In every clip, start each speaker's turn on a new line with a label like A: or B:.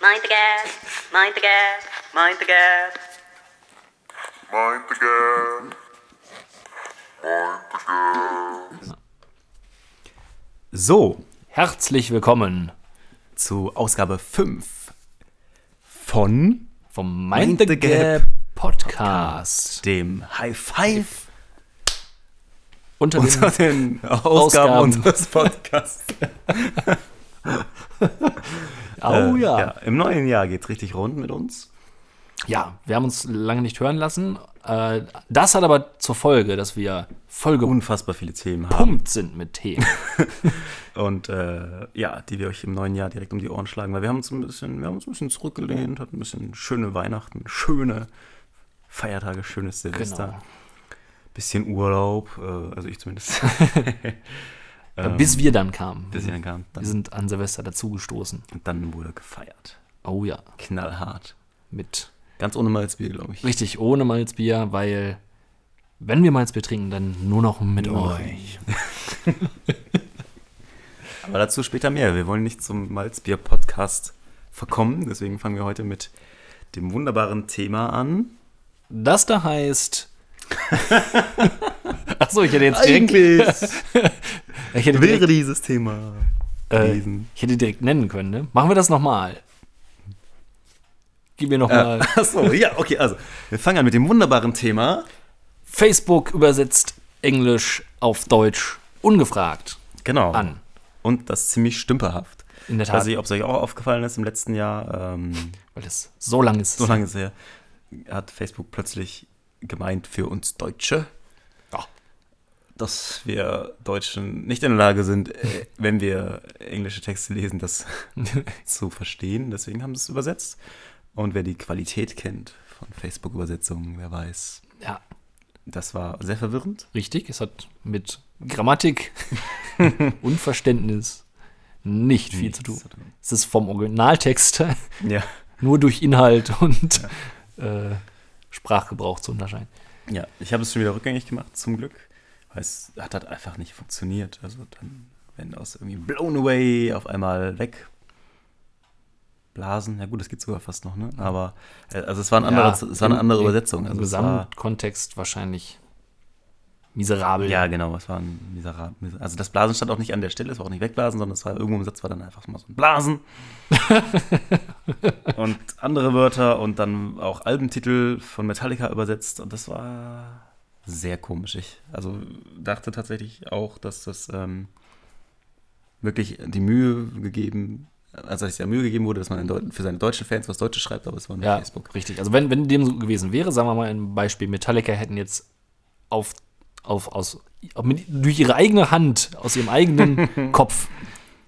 A: Mind the gap, mind the gap, mind the gap.
B: Mind the gap. Mind the gap.
C: So, herzlich willkommen
D: zu Ausgabe 5 von
C: vom
D: Mind
C: Mind, the
D: the
C: Gap,
D: Gap
C: Podcast.
D: dem High Five
C: Unter
D: unter
C: dem,
D: den Ausgaben,
C: Ausgaben.
D: unseres Podcasts.
C: oh
D: Äh,
C: ja.
D: ja.
C: ja.
D: Im neuen Jahr geht's richtig rund mit uns.
C: wir haben uns lange nicht hören lassen. Äh, Das hat aber zur Folge, dass wir vollgepumpt
D: Unfassbar viele Themen haben.
C: sind mit Themen.
D: Und äh, ja, die wir euch im neuen Jahr direkt um die Ohren schlagen, weil wir haben uns ein bisschen, wir haben uns ein bisschen zurückgelehnt, hatten ein bisschen schöne Weihnachten, schöne Feiertage, schönes Silvester.
C: Genau.
D: Bisschen Urlaub, äh, also ich zumindest.
C: Äh, Bis wir dann kamen.
D: Bis ihr dann kam,
C: Wir
D: dann,
C: sind an Silvester dazugestoßen.
D: dann wurde gefeiert.
C: Oh ja,
D: Knallhart.
C: mit
D: Ganz ohne Malzbier, glaube ich.
C: richtig ohne Malzbier, weil wenn wir Malzbier trinken, dann nur noch mit euch.
D: Aber dazu später mehr. Wir wollen nicht zum Malzbier-Podcast verkommen. Deswegen fangen wir heute mit dem wunderbaren Thema an.
C: Das da heißt. Achso, ich hätte jetzt direkt.
D: Eigentlich
C: Ich hätte direkt
D: wäre dieses Thema
C: Äh,
D: gewesen.
C: ich hätte direkt nennen können, ne? Machen wir das nochmal. Gib mir nochmal. mal.
D: Achso, Ah, ja, okay, also wir fangen an mit dem wunderbaren Thema.
C: Facebook übersetzt Englisch auf Deutsch ungefragt
D: Genau.
C: an.
D: Und das ziemlich stümperhaft.
C: In der
D: Ich weiß
C: Tat,
D: nicht, ob es euch auch aufgefallen ist im letzten Jahr. Ähm,
C: weil es so lang ist.
D: so lange ist her. Hat Facebook plötzlich gemeint für uns Deutsche,
C: Ja.
D: dass wir Deutschen nicht in der Lage sind, äh, wenn wir englische Texte lesen, das zu verstehen. Deswegen haben sie es übersetzt. Und wer die Qualität kennt von Facebook-Übersetzungen, wer weiß,
C: ja,
D: das war sehr verwirrend.
C: richtig. Es hat mit Grammatik und Verständnis nicht viel zu tun.
D: Nichts zu tun.
C: Es ist vom Originaltext
D: Ja.
C: nur durch Inhalt und äh, Sprachgebrauch zu unterscheiden.
D: Ja, ich habe es schon wieder rückgängig gemacht, zum Glück. Weil es hat halt einfach nicht funktioniert. Also dann, wenn aus irgendwie Blown Away auf einmal weg. Blasen, ja gut, das geht sogar fast noch, ne? Aber äh, also es war, ein anderer, es war eine
C: im-
D: andere
C: im-
D: Übersetzung.
C: Im
D: Also es war,
C: Gesamtkontext wahrscheinlich miserabel.
D: ja, genau, es war ein miserabel. miser- Also das Blasen stand auch nicht an der Stelle, es war auch nicht wegblasen, sondern es war irgendwo im Satz war dann einfach mal so ein Blasen. und andere Wörter und dann auch Albentitel von Metallica übersetzt und das war sehr komisch. Ich also dachte tatsächlich auch, dass das ähm, wirklich die Mühe gegeben, also dass es ja Mühe gegeben wurde, dass man in Deut- für seine deutschen Fans was Deutsches schreibt, aber es war nur
C: Ja,
D: Facebook.
C: richtig. Also wenn, wenn dem so gewesen wäre, sagen wir mal ein Beispiel, Metallica hätten jetzt auf, auf, aus, auf, mit, durch ihre eigene Hand, aus ihrem eigenen Kopf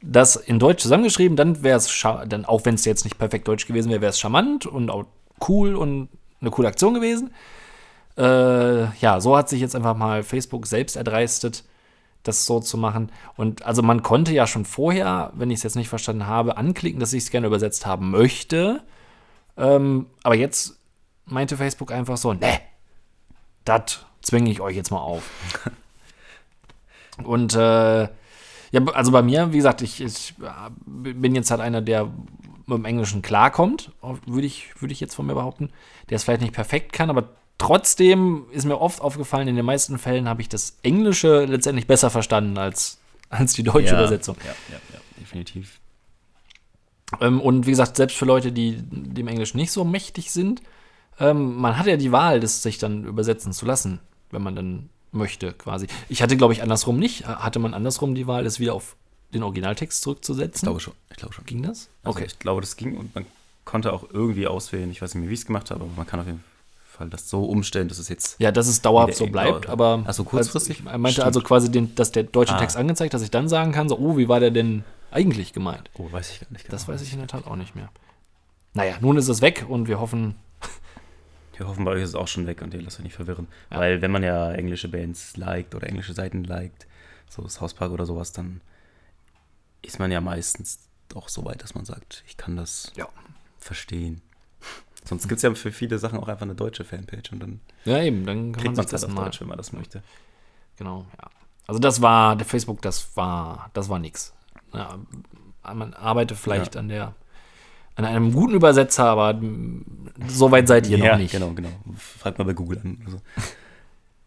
C: das in Deutsch zusammengeschrieben, dann wäre es, scha- dann auch wenn es jetzt nicht perfekt Deutsch gewesen wäre, wäre es charmant und auch cool und eine coole Aktion gewesen. Äh, ja, so hat sich jetzt einfach mal Facebook selbst erdreistet, das so zu machen. Und also man konnte ja schon vorher, wenn ich es jetzt nicht verstanden habe, anklicken, dass ich es gerne übersetzt haben möchte. Ähm, aber jetzt meinte Facebook einfach so, ne, das zwinge ich euch jetzt mal auf. Und äh, ja, b- also bei mir, wie gesagt, ich, ich äh, bin jetzt halt einer, der mit dem Englischen klarkommt, würde ich, würde ich jetzt von mir behaupten, der es vielleicht nicht perfekt kann, aber trotzdem ist mir oft aufgefallen, in den meisten Fällen habe ich das Englische letztendlich besser verstanden als, als die deutsche Übersetzung.
D: Ja, ja, ja, definitiv.
C: Ähm, und wie gesagt, selbst für Leute, die dem Englischen nicht so mächtig sind, ähm, man hat ja die Wahl, das sich dann übersetzen zu lassen, wenn man dann möchte, quasi. Ich hatte, glaube ich, andersrum nicht. Hatte man andersrum die Wahl, es wieder auf den Originaltext
D: Ich
C: zurückzusetzen?
D: glaube schon. Ich glaube schon.
C: Ging das?
D: Also
C: okay.
D: ich glaube, das ging und man konnte auch irgendwie auswählen. Ich weiß nicht mehr, wie ich es gemacht habe, aber man kann auf jeden Fall das so umstellen, dass es jetzt.
C: Ja, dass es dauerhaft
D: Wieder
C: so
D: eng-
C: bleibt,
D: dauert.
C: aber.
D: oh, Ach so, kurzfristig?
C: Er meinte
D: Stimmt.
C: also quasi, den, dass der deutsche
D: Ah.
C: Text angezeigt, dass ich dann sagen kann, so, oh, wie war der denn eigentlich gemeint?
D: Oh, weiß ich gar nicht.
C: Das weiß ich in der Tat auch nicht mehr. Naja, nun ist es weg und wir hoffen,
D: Wir hoffen, bei euch ist es auch schon weg und ihr lasst euch nicht verwirren. Weil, wenn man ja englische Bands liked oder englische Seiten liked, so das Hauspark oder sowas, dann ist man ja meistens doch so weit, dass man sagt, ich kann das
C: ja,
D: verstehen. Sonst gibt es ja für viele Sachen auch einfach eine deutsche Fanpage und dann
C: ja eben, dann kann
D: kriegt
C: man
D: man
C: sich
D: es
C: das
D: halt auf
C: mal
D: Deutsch, wenn man das möchte.
C: Genau, ja. Also das war, der Facebook, das war, das war nix. Ja, man arbeite vielleicht an der an einem guten Übersetzer, aber m, so weit seid ihr noch nicht.
D: Genau, genau. Fragt mal bei Google an. Also.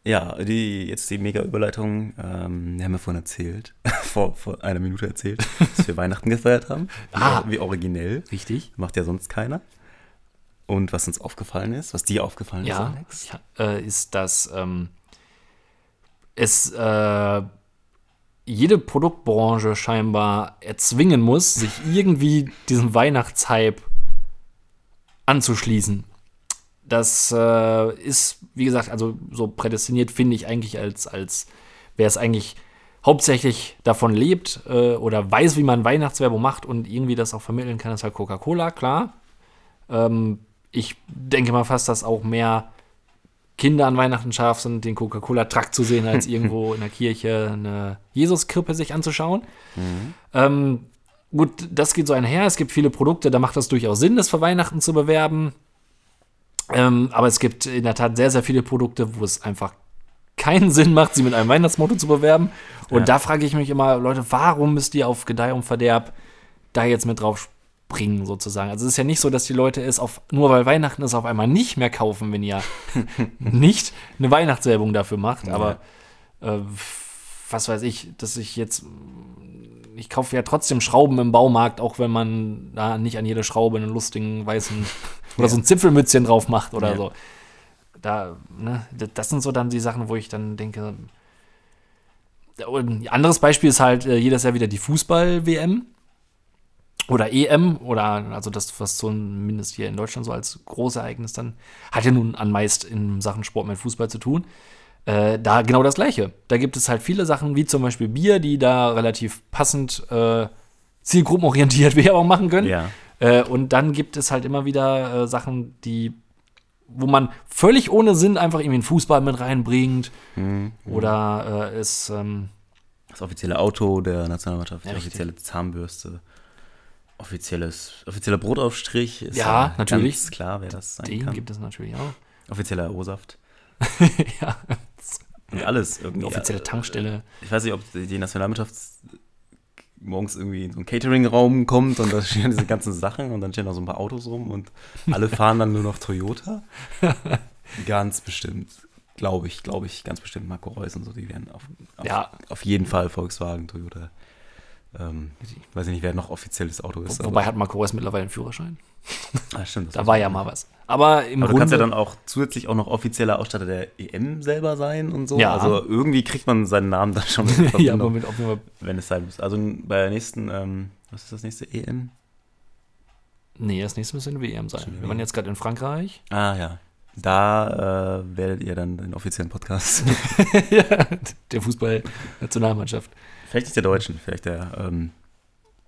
D: Ja, die, jetzt die Mega-Überleitung. Ähm, wir haben ja vorhin erzählt, vor, vor einer Minute erzählt, dass wir Weihnachten gefeiert haben.
C: Ah.
D: Wie, wie originell.
C: Richtig?
D: Macht ja sonst keiner. Und was uns aufgefallen ist, was dir aufgefallen ist,
C: Ja,
D: Alex.
C: ja äh, ist, dass ähm, es äh, jede Produktbranche scheinbar erzwingen muss, sich irgendwie diesem Weihnachtshype anzuschließen. Das äh, ist, wie gesagt, also so prädestiniert finde ich eigentlich als, als wer es eigentlich hauptsächlich davon lebt äh, oder weiß, wie man Weihnachtswerbung macht und irgendwie das auch vermitteln kann, ist halt Coca-Cola, klar. Ähm, ich denke mal fast, dass auch mehr Kinder an Weihnachten scharf sind, den Coca-Cola-Trakt zu sehen, als irgendwo in der Kirche eine Jesuskrippe sich anzuschauen. Ähm, gut, das geht so einher. Es gibt viele Produkte, da macht das durchaus Sinn, das für Weihnachten zu bewerben. Ähm, aber es gibt in der Tat sehr, sehr viele Produkte, wo es einfach keinen Sinn macht, sie mit einem Weihnachtsmotto zu bewerben. Und
D: Ja.
C: da frage ich mich immer, Leute, warum müsst ihr auf Gedeih und Verderb da jetzt mit drauf springen, sozusagen? Also es ist ja nicht so, dass die Leute es auf, nur weil Weihnachten ist, auf einmal nicht mehr kaufen, wenn ihr nicht eine Weihnachtswerbung dafür macht. Aber äh, was weiß ich, dass ich jetzt ich kaufe ja trotzdem Schrauben im Baumarkt, auch wenn man da nicht an jede Schraube einen lustigen weißen oder so ein Zipfelmützchen drauf macht oder
D: Ja.
C: so. Da, ne, d- das sind so dann die Sachen, wo ich dann denke. Und ein anderes Beispiel ist halt äh, jedes Jahr wieder die Fußball-WM oder EM oder also das, was zumindest hier in Deutschland so als Großereignis dann hat ja nun an meist in Sachen Sport mit Fußball zu tun. Äh, da genau das Gleiche. Da gibt es halt viele Sachen, wie zum Beispiel Bier, die da relativ passend äh, zielgruppenorientiert Werbung machen können.
D: Ja.
C: Äh, und dann gibt es halt immer wieder äh, Sachen, die, wo man völlig ohne Sinn einfach irgendwie einen Fußball mit reinbringt oder äh, es, ähm,
D: Das offizielle Auto der Nationalmannschaft, die
C: Ja, richtig.
D: offizielle Zahnbürste, offizielles, offizieller Brotaufstrich. Ist
C: Ja,
D: ganz
C: natürlich.
D: klar, wer das sein
C: den
D: kann.
C: gibt es natürlich auch.
D: Offizieller O-Saft.
C: ja,
D: Und alles irgendwie.
C: eine offizielle
D: Ja,
C: Tankstelle.
D: Ich weiß nicht, ob die Nationalmannschaft morgens irgendwie in so einen Catering-Raum kommt und da stehen diese ganzen Sachen und dann stehen noch so ein paar Autos rum und alle fahren dann nur noch Toyota. ganz bestimmt. Glaube ich, glaube ich, ganz bestimmt Marco Reus und so, die werden auf, auf,
C: Ja.
D: auf jeden Fall Volkswagen, Toyota. Ähm, weiß ich nicht, wer noch offizielles Auto ist.
C: Wobei hat Marco Reus mittlerweile einen Führerschein.
D: aber, ah, stimmt, das
C: Da war ja mal was. Aber im
D: aber du kannst
C: Grunde.
D: ja dann auch zusätzlich auch noch offizieller Ausstatter der EM selber sein und so.
C: Ja.
D: Also irgendwie kriegt man seinen Namen dann schon. in
C: ja,
D: Verbindung.
C: aber mit, auf jeden Fall.
D: Wenn es sein muss. Also bei der nächsten, ähm, was ist das nächste? EM?
C: Nee, das nächste muss in WM sein. Wir waren jetzt gerade in Frankreich.
D: Ah ja. Da äh, werdet ihr dann den offiziellen Podcast.
C: ja, der Fußball-Nationalmannschaft.
D: vielleicht nicht der deutschen, vielleicht der ähm,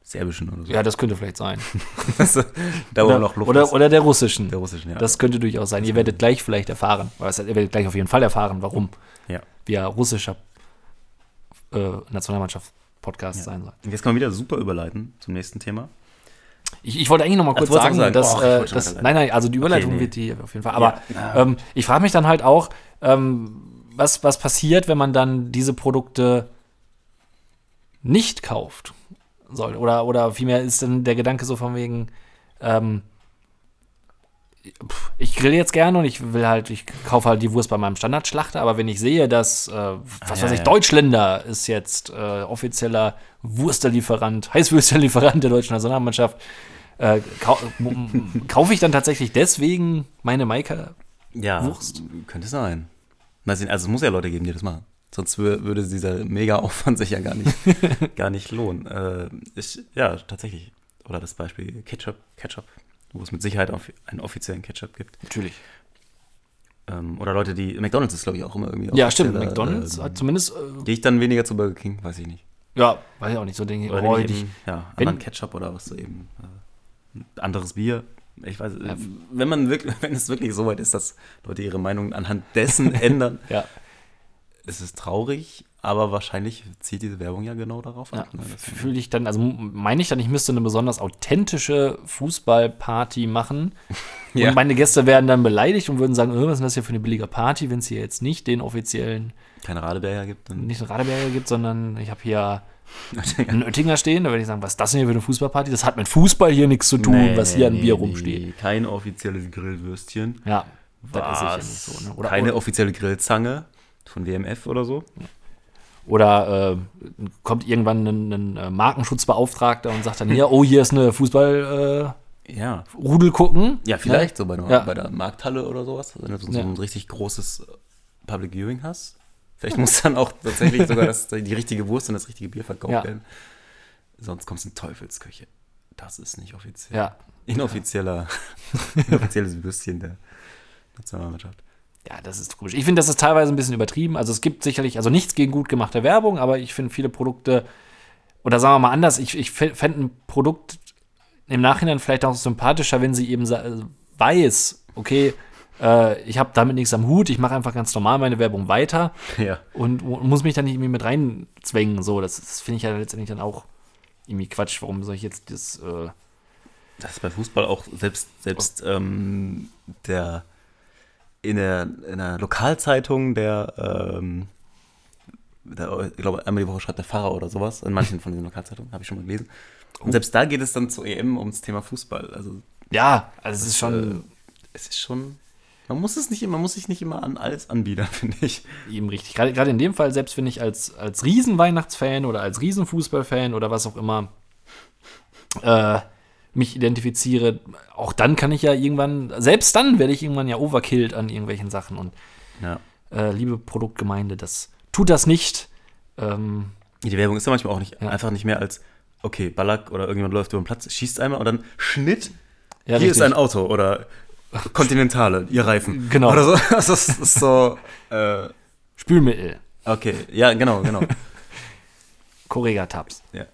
D: serbischen oder so.
C: Ja, das könnte vielleicht sein.
D: da
C: Oder,
D: war noch Luft.
C: oder,
D: ist.
C: oder der russischen.
D: der russischen, ja.
C: Das könnte durchaus sein. Ihr werdet gleich vielleicht erfahren. Was, heißt, ihr werdet gleich auf jeden Fall erfahren, warum
D: ja.
C: wir russischer äh, Nationalmannschaft-Podcast sein soll.
D: Und Jetzt kann man wieder super überleiten zum nächsten Thema.
C: Ich, ich wollte eigentlich noch mal kurz
D: du wolltest
C: sagen,
D: noch sagen.
C: dass,
D: Oh, ich
C: äh,
D: wollte schon
C: dass
D: weiterleiten.
C: nein, nein, also die Überleitung
D: nee.
C: wird die auf jeden Fall. Aber ähm, ich frage mich dann halt auch, ähm, was, was passiert, wenn man dann diese Produkte nicht kauft soll? Oder, oder vielmehr ist dann der Gedanke so von wegen, ähm, pf, ich grill jetzt gerne und ich will halt, ich kaufe halt die Wurst bei meinem Standardschlachter, aber wenn ich sehe, dass, äh, was
D: Ah, ja,
C: weiß ich,
D: ja.
C: Deutschländer ist jetzt äh, offizieller Wursterlieferant, Heißwürsterlieferant der deutschen Nationalmannschaft, äh, kau m- m- kaufe ich dann tatsächlich deswegen meine Maika?
D: Ja.
C: Wurst?
D: Könnte sein. Mal sehen, also es muss ja Leute geben, die das machen. Sonst wür- würde dieser Mega-Aufwand sich ja gar nicht, gar nicht lohnen. Äh, ich, ja, tatsächlich. Oder das Beispiel Ketchup, Ketchup, wo es mit Sicherheit auf einen offiziellen Ketchup gibt.
C: Natürlich.
D: Ähm, oder Leute, die. McDonalds ist, glaube ich, auch immer irgendwie
C: Ja, stimmt.
D: offizieller,
C: McDonalds
D: ähm,
C: hat zumindest, äh,
D: Gehe ich dann weniger zu Burger King? Weiß ich nicht.
C: ja, weiß ich auch nicht, so denke ich,
D: Oder
C: oh,
D: nehme ich
C: ich,
D: eben, ja,
C: wenn-
D: anderen Ketchup oder was so eben. Äh, ein anderes Bier. Ich weiß, äh, wenn man wirklich, wenn es wirklich so weit ist, dass Leute ihre Meinung anhand dessen ändern,
C: ja.
D: es ist traurig, aber wahrscheinlich zielt diese Werbung ja genau darauf
C: Ja,
D: ab. Ne? Das-
C: fühle ich dann, also m- meine ich dann, ich müsste eine besonders authentische Fußballparty machen.
D: Ja.
C: Und meine Gäste werden dann beleidigt und würden sagen, äh, was ist denn das hier für eine billige Party, wenn es hier jetzt nicht den offiziellen,
D: Kein Radeberger gibt, dann
C: nicht den Radeberger gibt, sondern ich habe hier Nöttinger stehen, da würde ich sagen, was ist das denn hier für eine Fußballparty? Das hat mit Fußball hier nichts zu tun, was hier an Bier rumsteht.
D: Kein offizielles Grillwürstchen.
C: Ja, das
D: Was?
C: ist ja nicht so. Ne? Oder,
D: Keine offizielle Grillzange von WMF oder so.
C: oder äh, kommt irgendwann ein, ein äh, Markenschutzbeauftragter und sagt dann hier, oh, hier ist eine Fußball
D: Ja.
C: äh, Rudel gucken.
D: Ja, vielleicht so bei,
C: Ja.
D: bei der Markthalle oder sowas. Wenn du so
C: Ja.
D: ein richtig großes äh, Public Viewing hast. Vielleicht muss dann auch tatsächlich sogar das, die richtige Wurst und das richtige Bier verkauft
C: Ja.
D: werden. Sonst kommst du in Teufelsküche. Das ist nicht offiziell.
C: Ne? Ja.
D: Inoffizieller, inoffizielles Würstchen der Nationalmannschaft.
C: Ja, das ist komisch. Ich finde, das ist teilweise ein bisschen übertrieben. Also es gibt sicherlich, also nichts gegen gut gemachte Werbung, aber ich finde viele Produkte, oder sagen wir mal anders, ich, ich fände ein Produkt im Nachhinein vielleicht auch sympathischer, wenn sie eben sa- äh, weiß, okay, äh, ich habe damit nichts am Hut, ich mache einfach ganz normal meine Werbung weiter
D: Ja.
C: und mu- muss mich da nicht irgendwie mit reinzwängen. So, das, das finde ich ja letztendlich dann auch irgendwie Quatsch. Warum soll ich jetzt das, äh,
D: Das ist bei Fußball auch selbst, selbst ähm, der in der, in der Lokalzeitung der, ähm, der, ich glaube, einmal die Woche schreibt der Pfarrer oder sowas, in manchen von diesen Lokalzeitungen, habe ich schon mal gelesen. Und selbst da geht es dann zur EM ums Thema Fußball. Also
C: ja, also es ist schon
D: es ist schon. Man muss es nicht immer, man muss sich nicht immer an alles anbiedern, finde ich.
C: Eben richtig. Gerade, gerade in dem Fall, selbst wenn ich als, als Riesenweihnachtsfan oder als Riesenfußballfan oder was auch immer äh, mich identifiziere, auch dann kann ich ja irgendwann, selbst dann werde ich irgendwann ja overkilled an irgendwelchen Sachen. Und
D: Ja.
C: äh, liebe Produktgemeinde, das tut das nicht. Ähm,
D: Die Werbung ist ja manchmal auch nicht einfach nicht mehr als, okay, Ballack oder irgendjemand läuft über den Platz, schießt einmal und dann Schnitt,
C: ja,
D: hier
C: richtig.
D: ist ein Auto oder Kontinentale, ihr Reifen.
C: Genau.
D: Oder so. Das ist, das ist so. Äh,
C: Spülmittel,
D: okay, ja, genau, genau.
C: Correga-Tabs.
D: Ja.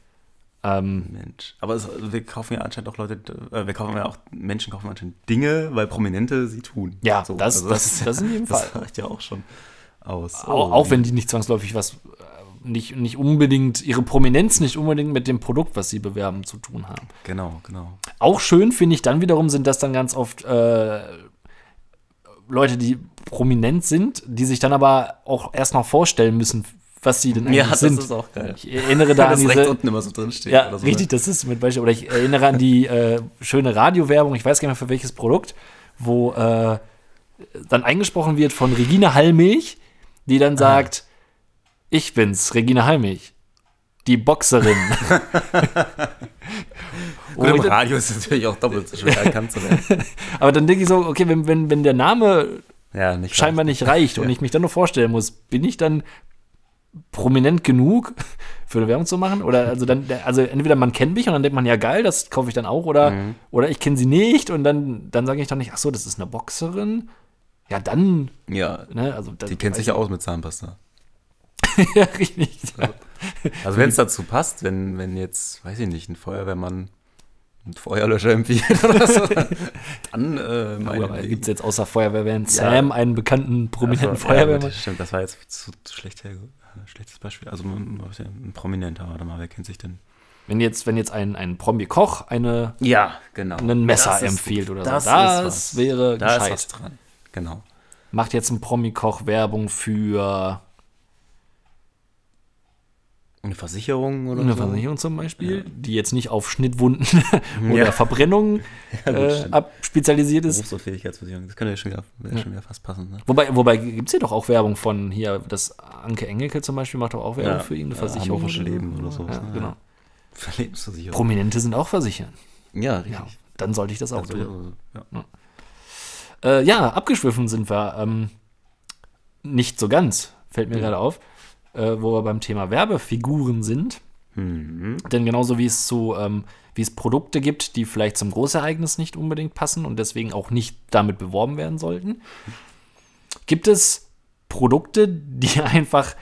C: Ähm,
D: Mensch. Aber es, wir kaufen ja anscheinend auch Leute, äh, wir kaufen ja auch, Menschen kaufen anscheinend Dinge, weil Prominente sie tun.
C: Ja, das- das- das in jedem
D: also das
C: Fall.
D: reicht ja auch schon aus.
C: auch, auch wenn die nicht zwangsläufig was, äh, nicht, nicht unbedingt, ihre Prominenz nicht unbedingt mit dem Produkt, was sie bewerben, zu tun haben.
D: Genau, genau.
C: Auch schön finde ich dann wiederum sind das dann ganz oft äh, Leute, die prominent sind, die sich dann aber auch erst noch vorstellen müssen, was sie denn eigentlich
D: Ja, das
C: sind.
D: ist auch geil.
C: Ich erinnere da an
D: das rechts
C: diese.
D: unten immer so ne? drin steht.
C: Ja, richtig, das ist mit Beispiel. Oder ich erinnere an die äh, schöne Radiowerbung, ich weiß gar nicht mehr für welches Produkt, wo äh, dann eingesprochen wird von Regina Hallmilch, die
D: Ah.
C: dann sagt: Ich bin's, Regina Hallmilch, die Boxerin.
D: Gut,
C: Wo
D: im
C: ich dann-
D: Radio ist es natürlich auch doppelt so schwer erkannt zu werden.
C: Aber dann denke ich so, okay, wenn, wenn, wenn der Name
D: Ja, nicht
C: scheinbar nicht reicht und ich mich dann nur vorstellen muss, bin ich dann prominent genug für eine Werbung zu machen? Oder also dann, also entweder man kennt mich und dann denkt man, ja geil, das kaufe ich dann auch, oder,
D: Mhm.
C: oder ich kenne sie nicht und dann, dann sage ich doch nicht, ach so, das ist eine Boxerin. Ja, dann,
D: Ja,
C: ne, also dann,
D: die kennt sich ja aus mit Zahnpasta.
C: ja richtig.
D: Also wenn es dazu passt, wenn, wenn jetzt, weiß ich nicht, ein Feuerwehrmann einen Feuerlöscher empfiehlt oder so, dann äh,
C: Oder
D: meine Also,
C: gibt es jetzt außer Feuerwehrwehren Sam einen bekannten prominenten Feuerwehrmann?
D: Stimmt, das war jetzt zu, zu schlecht her, schlechtes Beispiel. Also man, man ist ja ein Prominenter, warte mal, wer kennt sich denn?
C: Wenn jetzt, wenn jetzt ein, ein Promi-Koch eine
D: Ja, genau.
C: einen Messer
D: Das ist-
C: empfiehlt oder
D: das
C: so.
D: ist
C: Das
D: was.
C: wäre
D: Da ist
C: gescheit.
D: was dran. Genau.
C: macht jetzt ein Promi-Koch Werbung für
D: Eine Versicherung oder
C: eine
D: so?
C: Versicherung zum Beispiel, die jetzt nicht auf Schnittwunden oder
D: Ja.
C: Verbrennungen
D: Ja, gut,
C: äh,
D: stimmt.
C: abspezialisiert ist.
D: Berufsunfähigkeitsversicherung, das könnte ja schon wieder, wäre schon wieder fast passen. Ne?
C: Wobei, wobei gibt es hier doch auch Werbung von hier, das Anke Engelke zum Beispiel macht doch auch Werbung
D: Ja,
C: für irgendeine
D: ja,
C: Versicherung.
D: Hannoversche Leben oder sowas,
C: Ja,
D: ne?
C: genau.
D: Für Lebensversicherung.
C: Prominente sind auch versichert.
D: ja,
C: Ja,
D: richtig.
C: dann sollte ich das auch tun.
D: Also, ja.
C: Äh, ja, abgeschwiffen sind wir. Ähm, nicht so ganz, fällt mir gerade auf, äh, wo wir beim Thema Werbefiguren sind. Denn genauso wie es zu, ähm, wie es Produkte gibt, die vielleicht zum Großereignis nicht unbedingt passen und deswegen auch nicht damit beworben werden sollten, gibt es Produkte, die einfach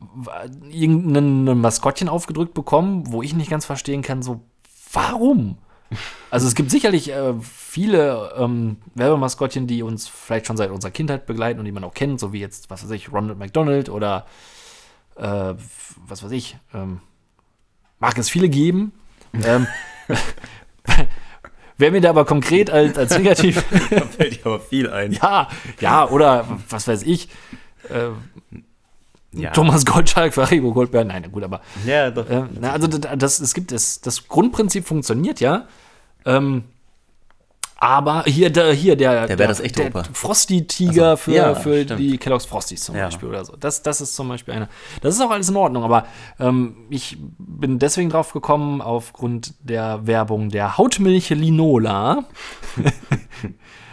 C: w- irgendein Maskottchen aufgedrückt bekommen, wo ich nicht ganz verstehen kann, so warum? Also es gibt sicherlich äh, viele ähm, Werbemaskottchen, die uns vielleicht schon seit unserer Kindheit begleiten und die man auch kennt, so wie jetzt, was weiß ich, Ronald McDonald oder äh, f- was weiß ich, ähm, mag es viele geben. Ähm, Wer mir da aber konkret als, als negativ,
D: Da fällt dir aber viel ein.
C: ja, ja, oder was weiß ich, äh,
D: Ja.
C: Thomas Gottschalk, Faribo Goldberg, nein, gut, aber
D: Ja, doch.
C: ähm, na, also das, das, es gibt das, das Grundprinzip funktioniert ja. Ähm, aber hier, der, hier der,
D: Der wäre das echte Opa.
C: Frosty-Tiger
D: Also,
C: für,
D: ja,
C: für
D: stimmt.
C: die Kellogg's Frosties zum
D: Ja.
C: Beispiel oder so. Das, das ist zum Beispiel eine. Das ist auch alles in Ordnung, aber ähm, ich bin deswegen drauf gekommen, aufgrund der Werbung der Hautmilch Linola.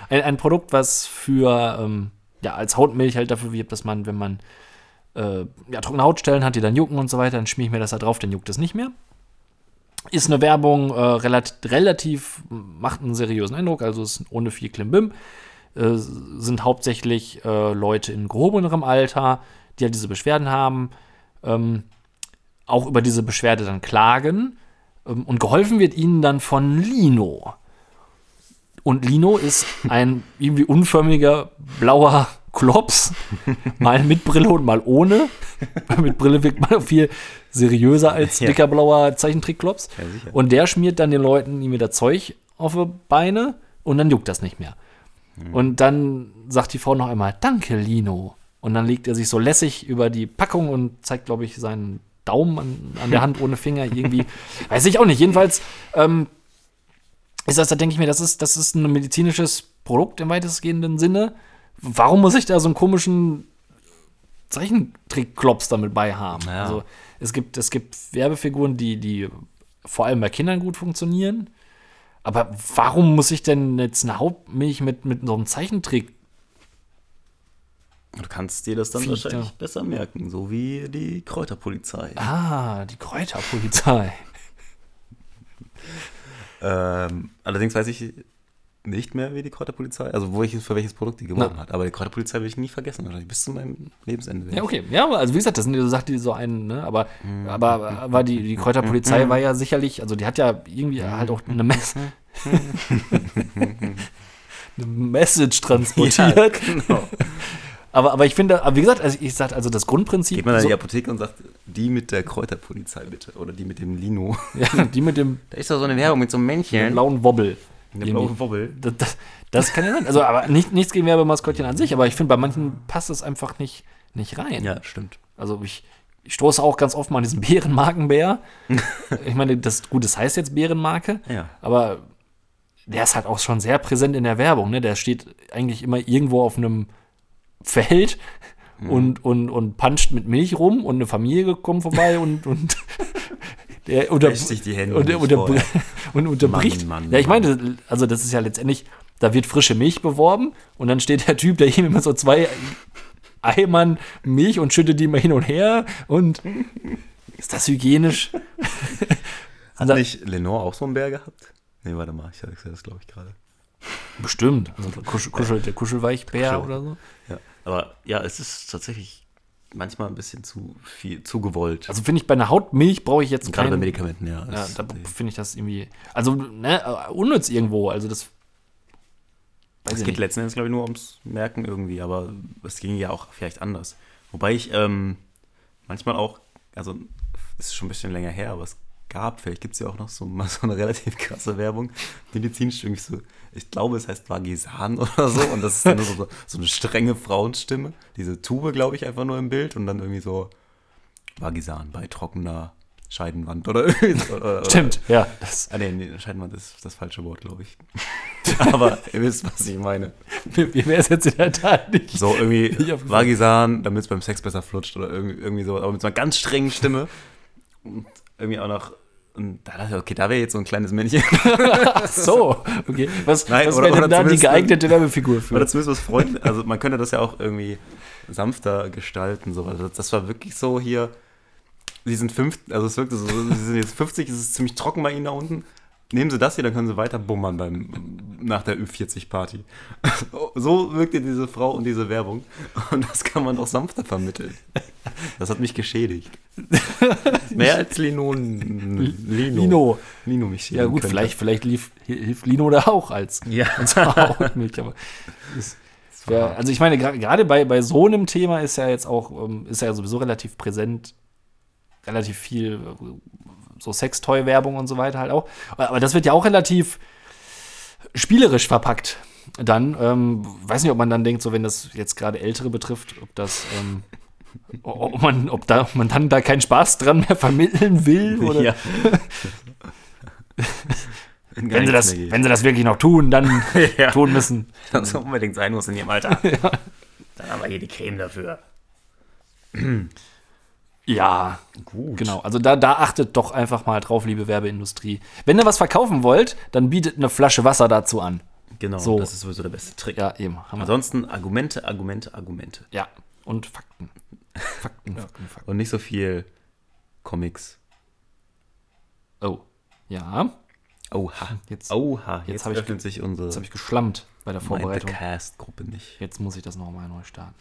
C: ein, ein Produkt, was für, ähm, ja, als Hautmilch halt dafür wirbt, dass man, wenn man äh, ja, trockene Hautstellen hat, die dann jucken und so weiter, dann schmier ich mir das da drauf, dann juckt es nicht mehr. Ist eine Werbung äh, relativ, relativ, macht einen seriösen Eindruck, also ist ohne viel Klimbim. Äh, sind hauptsächlich äh, Leute in gehobenerem Alter, die halt diese Beschwerden haben, ähm, auch über diese Beschwerde dann klagen. Ähm, und geholfen wird ihnen dann von Lino. Und Lino ist ein irgendwie unförmiger blauer Klops, mal mit Brille und mal ohne. Weil mit Brille wirkt man viel seriöser als
D: Ja.
C: dicker blauer Zeichentrick-Klops.
D: Ja, sicher.
C: und der schmiert dann den Leuten ihm wieder Zeug auf die Beine und dann juckt das nicht mehr.
D: Hm.
C: Und dann sagt die Frau noch einmal, danke, Lino. Und dann legt er sich so lässig über die Packung und zeigt, glaube ich, seinen Daumen an, an der Hand ohne Finger irgendwie. Weiß ich auch nicht. Jedenfalls ähm, ist das, da denke ich mir, das ist, das ist ein medizinisches Produkt im weitestgehenden Sinne. Warum muss ich da so einen komischen Zeichentrick-Klops damit bei haben?
D: Ja.
C: Also es gibt, es gibt Werbefiguren, die, die vor allem bei Kindern gut funktionieren. Aber warum muss ich denn jetzt eine Hautmilch mit, mit so einem Zeichentrick?
D: Du kannst dir das dann
C: Fiete.
D: wahrscheinlich besser merken, so wie die Kräuterpolizei.
C: Ah, die Kräuterpolizei.
D: Ähm, allerdings weiß ich nicht mehr, wie die Kräuterpolizei, also wo ich, für welches Produkt die gewonnen
C: Na.
D: hat. Aber die Kräuterpolizei will ich nie vergessen, wahrscheinlich bis zu meinem Lebensende.
C: Ja, okay. Ja, aber also wie gesagt, das sind so Sachen, die so einen, ne? Aber,
D: Hm.
C: aber, aber die, die Kräuterpolizei war ja sicherlich, also die hat ja
D: Hm.
C: irgendwie halt auch eine Mess. eine Message transportiert.
D: Ja, genau.
C: Aber, aber ich finde, aber wie gesagt, also ich sag, also das Grundprinzip.
D: Geht man an
C: so,
D: die Apotheke und sagt, die mit der Kräuterpolizei bitte. Oder die mit dem Lino.
C: ja, die mit dem
D: Da ist doch so eine Werbung mit so einem Männchen.
C: blauen Wobbel.
D: Eine
C: Irgendwie.
D: blaue Wobbel.
C: Das, das, das kann ja sein. Also, aber nicht, nichts gegen Werbemaskottchen an sich, aber ich finde, bei manchen passt es einfach nicht, nicht rein.
D: Ja, stimmt.
C: Also ich, ich stoße auch ganz oft mal an diesen Bärenmarkenbär. ich meine, das, gut, das heißt jetzt Bärenmarke,
D: Ja.
C: aber der ist halt auch schon sehr präsent in der Werbung. Ne? Der steht eigentlich immer irgendwo auf einem Feld
D: Mhm.
C: und, und, und puncht mit Milch rum und eine Familie kommt vorbei und, und der unter,
D: Wäscht sich die Hände
C: und,
D: nicht
C: unter,
D: vorher.
C: und unterbricht.
D: Mann, Mann,
C: ja, ich meine, also das ist ja letztendlich, da wird frische Milch beworben und dann steht der Typ, der ihm immer so zwei Eimern Milch und schüttet die immer hin und her und ist das hygienisch?
D: Hat
C: Na-
D: nicht Lenore auch so einen Bär gehabt? Nee, warte mal, ich hatte das, glaube ich, gerade.
C: Bestimmt. Also Kuschel, Kuschel, der Kuschelweichbär
D: Kuschel.
C: oder so.
D: Ja. Aber ja, es ist tatsächlich manchmal ein bisschen zu viel, zu gewollt.
C: Also finde ich, bei einer Hautmilch brauche ich jetzt
D: gerade bei
C: keinen...
D: Medikamenten, ja.
C: Ja,
D: Es-
C: da finde ich das irgendwie... Also, ne, unnütz irgendwo. Also das... Weiß
D: Es
C: ich
D: geht
C: nicht.
D: letzten Endes, glaube ich, nur ums Merken irgendwie, aber es ging ja auch vielleicht anders. Wobei ich ähm, manchmal auch, also es ist schon ein bisschen länger her, aber es gab, vielleicht gibt es ja auch noch so mal so eine relativ krasse Werbung, medizinisch irgendwie so, ich glaube, es heißt Vagisan oder so und das ist dann so, so eine strenge Frauenstimme, diese Tube, glaube ich, einfach nur im Bild und dann irgendwie so Vagisan bei trockener Scheidenwand oder irgendwie so. Oder, oder-
C: Stimmt, ja. Das,
D: Ah, nee, nee, Scheidenwand ist das falsche Wort, glaube ich. aber ihr wisst, was ich meine.
C: mir mir wäre es jetzt in der Tat nicht...
D: So irgendwie
C: Ich hab-
D: Vagisan, damit es beim Sex besser flutscht oder irgendwie, irgendwie sowas, aber mit so einer ganz strengen Stimme. Und irgendwie auch noch. Und da dachte ich, okay, da wäre jetzt so ein kleines Männchen.
C: Ach so, okay. Was,
D: Nein,
C: was
D: oder-
C: wäre denn
D: oder
C: da die
D: zumindest-
C: geeignete Werbefigur für?
D: Oder zumindest was Freund. Also man könnte das ja auch irgendwie sanfter gestalten. So. Also das war wirklich so hier. Sie sind fünf, also es wirkte so, sie sind jetzt 50, es ist ziemlich trocken bei ihnen da unten. Nehmen Sie das hier, dann können Sie weiter bummern beim, nach der Ü40-Party. So wirkte diese Frau und diese Werbung. Und das kann man doch sanfter vermitteln. Das hat mich geschädigt. Mehr als Lino. Lino.
C: Lino.
D: Lino mich schädigen
C: Ja gut,
D: könnte.
C: vielleicht, vielleicht lief, hilft Lino da auch als,
D: Ja.
C: als Hautmilch. Aber ist, ja, also ich meine, gra- gerade bei, bei so einem Thema ist ja jetzt auch, ähm, ist ja sowieso relativ präsent, relativ viel äh, so Sextoy-Werbung und so weiter halt auch. Aber das wird ja auch relativ spielerisch verpackt. Dann, ähm, weiß nicht, ob man dann denkt, so wenn das jetzt gerade Ältere betrifft, ob das ähm, ob man, ob, da, ob man dann da keinen Spaß dran mehr vermitteln will. Oder?
D: Ja.
C: Wenn, sie das, wenn sie das wirklich noch tun, dann
D: Ja.
C: tun müssen.
D: das unbedingt sein muss in ihrem Alter. Dann haben wir hier die Creme dafür.
C: Ja,
D: Gut.
C: genau. Also da, da achtet doch einfach mal drauf, liebe Werbeindustrie. Wenn ihr was verkaufen wollt, dann bietet eine Flasche Wasser dazu an.
D: Genau,
C: So.
D: das ist sowieso der beste Trick.
C: Ja, eben. Haben wir.
D: Ansonsten Argumente, Argumente, Argumente.
C: Ja, und Fakten. Fakten, Fakten, Fakten.
D: Und nicht so viel Comics.
C: Oh, ja.
D: Oha.
C: Jetzt-
D: Oha. Jetzt,
C: hab ich
D: öffnet sich unsere
C: Jetzt habe ich geschlammt bei
D: Mind
C: der
D: the
C: Vorbereitung.
D: Cast-Gruppe nicht.
C: Jetzt muss ich das nochmal neu starten.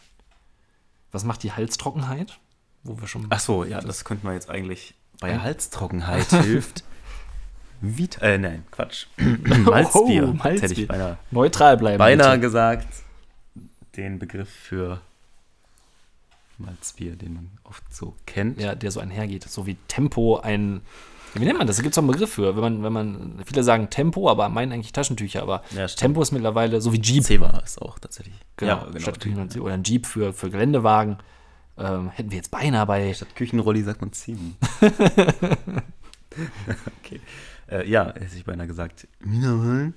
C: Was macht die Halstrockenheit? Wo wir schon.
D: Ach so, ja, das könnten wir jetzt eigentlich bei Halstrockenheit hilft. Vita, äh, nein, Quatsch. Malzbier.
C: Oh,
D: Jetzt hätte
C: Malzbier.
D: ich beinahe,
C: neutral bleiben.
D: beinahe
C: bitte.
D: gesagt den Begriff für Malzbier, den man oft so kennt.
C: Ja, der so einhergeht. So wie Tempo ein. Wie nennt man das? Da gibt es einen Begriff für. Wenn man, wenn man, viele sagen Tempo, aber meinen eigentlich Taschentücher. Aber
D: Ja, stimmt.
C: Tempo ist mittlerweile so wie Jeep.
D: Zewa ist auch tatsächlich.
C: Genau, statt Küchen oder ein Jeep für, für Geländewagen. Ähm, hätten wir jetzt beinahe bei.
D: Statt Küchenrolli sagt man Ziemen. okay. Äh, ja, hätte ich beinahe gesagt. Mineralen.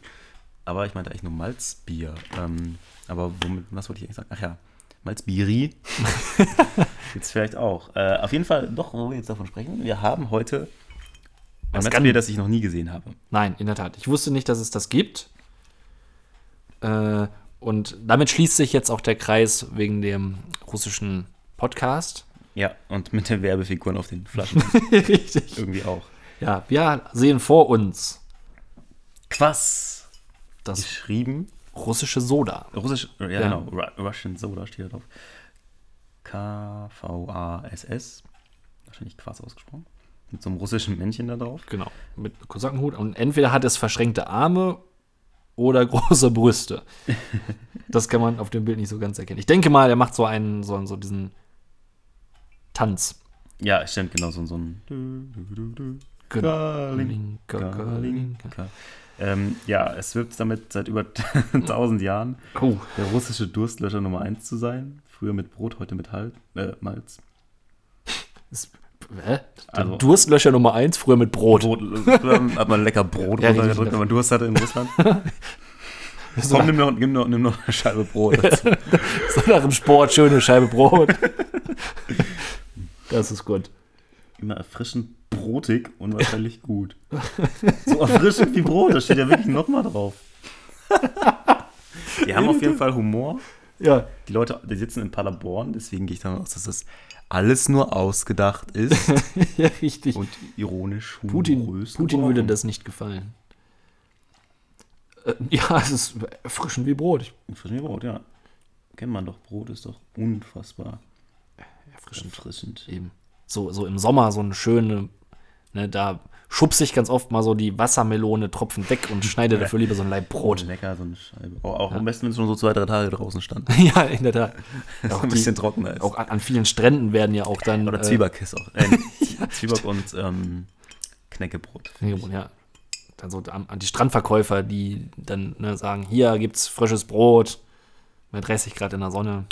D: Aber ich meinte eigentlich nur Malzbier. Ähm, aber womit, was wollte ich eigentlich sagen? Ach ja, Malzbieri. jetzt vielleicht auch. Äh, auf jeden Fall, doch, wo wir jetzt davon sprechen, wir haben heute ein
C: Was
D: Malzbier, das ich noch nie gesehen habe.
C: Nein, in der Tat. Ich wusste nicht, dass es das gibt. Äh, und damit schließt sich jetzt auch der Kreis wegen dem russischen Podcast.
D: Ja, und mit den Werbefiguren auf den Flaschen
C: Richtig.
D: irgendwie auch.
C: Ja, wir sehen vor uns
D: Quass.
C: das
D: Geschrieben
C: russische Soda.
D: Russisch, ja,
C: Ja.
D: genau. Ru Russian Soda steht da drauf. K-V-A-S-S. Wahrscheinlich Quass ausgesprochen. Mit so einem russischen Männchen da drauf.
C: Genau, mit Kosakenhut. Und entweder hat es verschränkte Arme oder große Brüste. Das kann man auf dem Bild nicht so ganz erkennen. Ich denke mal, er macht so einen, so, so diesen Tanz.
D: Ja, stimmt, genau. So, so ein.
C: Genau.
D: Kalinka. Ähm, ja, es wirbt damit seit über 1000 Jahren,
C: Oh.
D: der russische Durstlöscher Nummer 1 zu sein. Früher mit Brot, heute mit Hal äh, Malz.
C: Ist, hä?
D: Also-
C: Durstlöcher Nummer 1, früher mit Brot.
D: Brot, früher hat man lecker Brot
C: Ja, richtig.
D: runtergedrückt, wenn man Durst hatte in Russland.
C: So,
D: Komm,
C: nach,
D: nimm noch, nimm, noch, nimm noch eine Scheibe Brot dazu.
C: so nach dem Sport schöne Scheibe Brot. das ist gut.
D: immer erfrischend brotig und wahrscheinlich gut. So erfrischend wie Brot, da steht ja wirklich nochmal drauf. Die haben auf jeden Fall Humor.
C: Ja,
D: Die Leute, die sitzen in Paderborn, deswegen gehe ich davon aus, dass das alles nur ausgedacht ist
C: ja richtig.
D: und ironisch
C: Putin,
D: humorös
C: Putin würde
D: gebrochen.
C: das nicht gefallen. Äh, Ja, es ist erfrischend wie Brot.
D: Erfrischend wie Brot, ja. Kennt man doch, Brot ist doch unfassbar
C: Erfrischend.
D: erfrischend.
C: Eben. So, so im Sommer so eine schöne, ne, da schubse ich ganz oft mal so die Wassermelone tropfen weg und schneide dafür lieber so ein Leib Brot.
D: Lecker, so eine Scheibe. Auch, auch am besten, wenn es schon so zwei, drei Tage draußen stand.
C: ja, in der Tat. Auch,
D: ein
C: die-
D: bisschen trockener ist.
C: auch an, an vielen Stränden werden ja auch dann.
D: Oder
C: äh,
D: Zwiebackkiss auch. Äh, Zwieback und ähm, Knäckebrot.
C: Knäckebrot, ja. Dann so an, an die Strandverkäufer, die dann ne, sagen: Hier gibt's frisches Brot bei 30 Grad in der Sonne.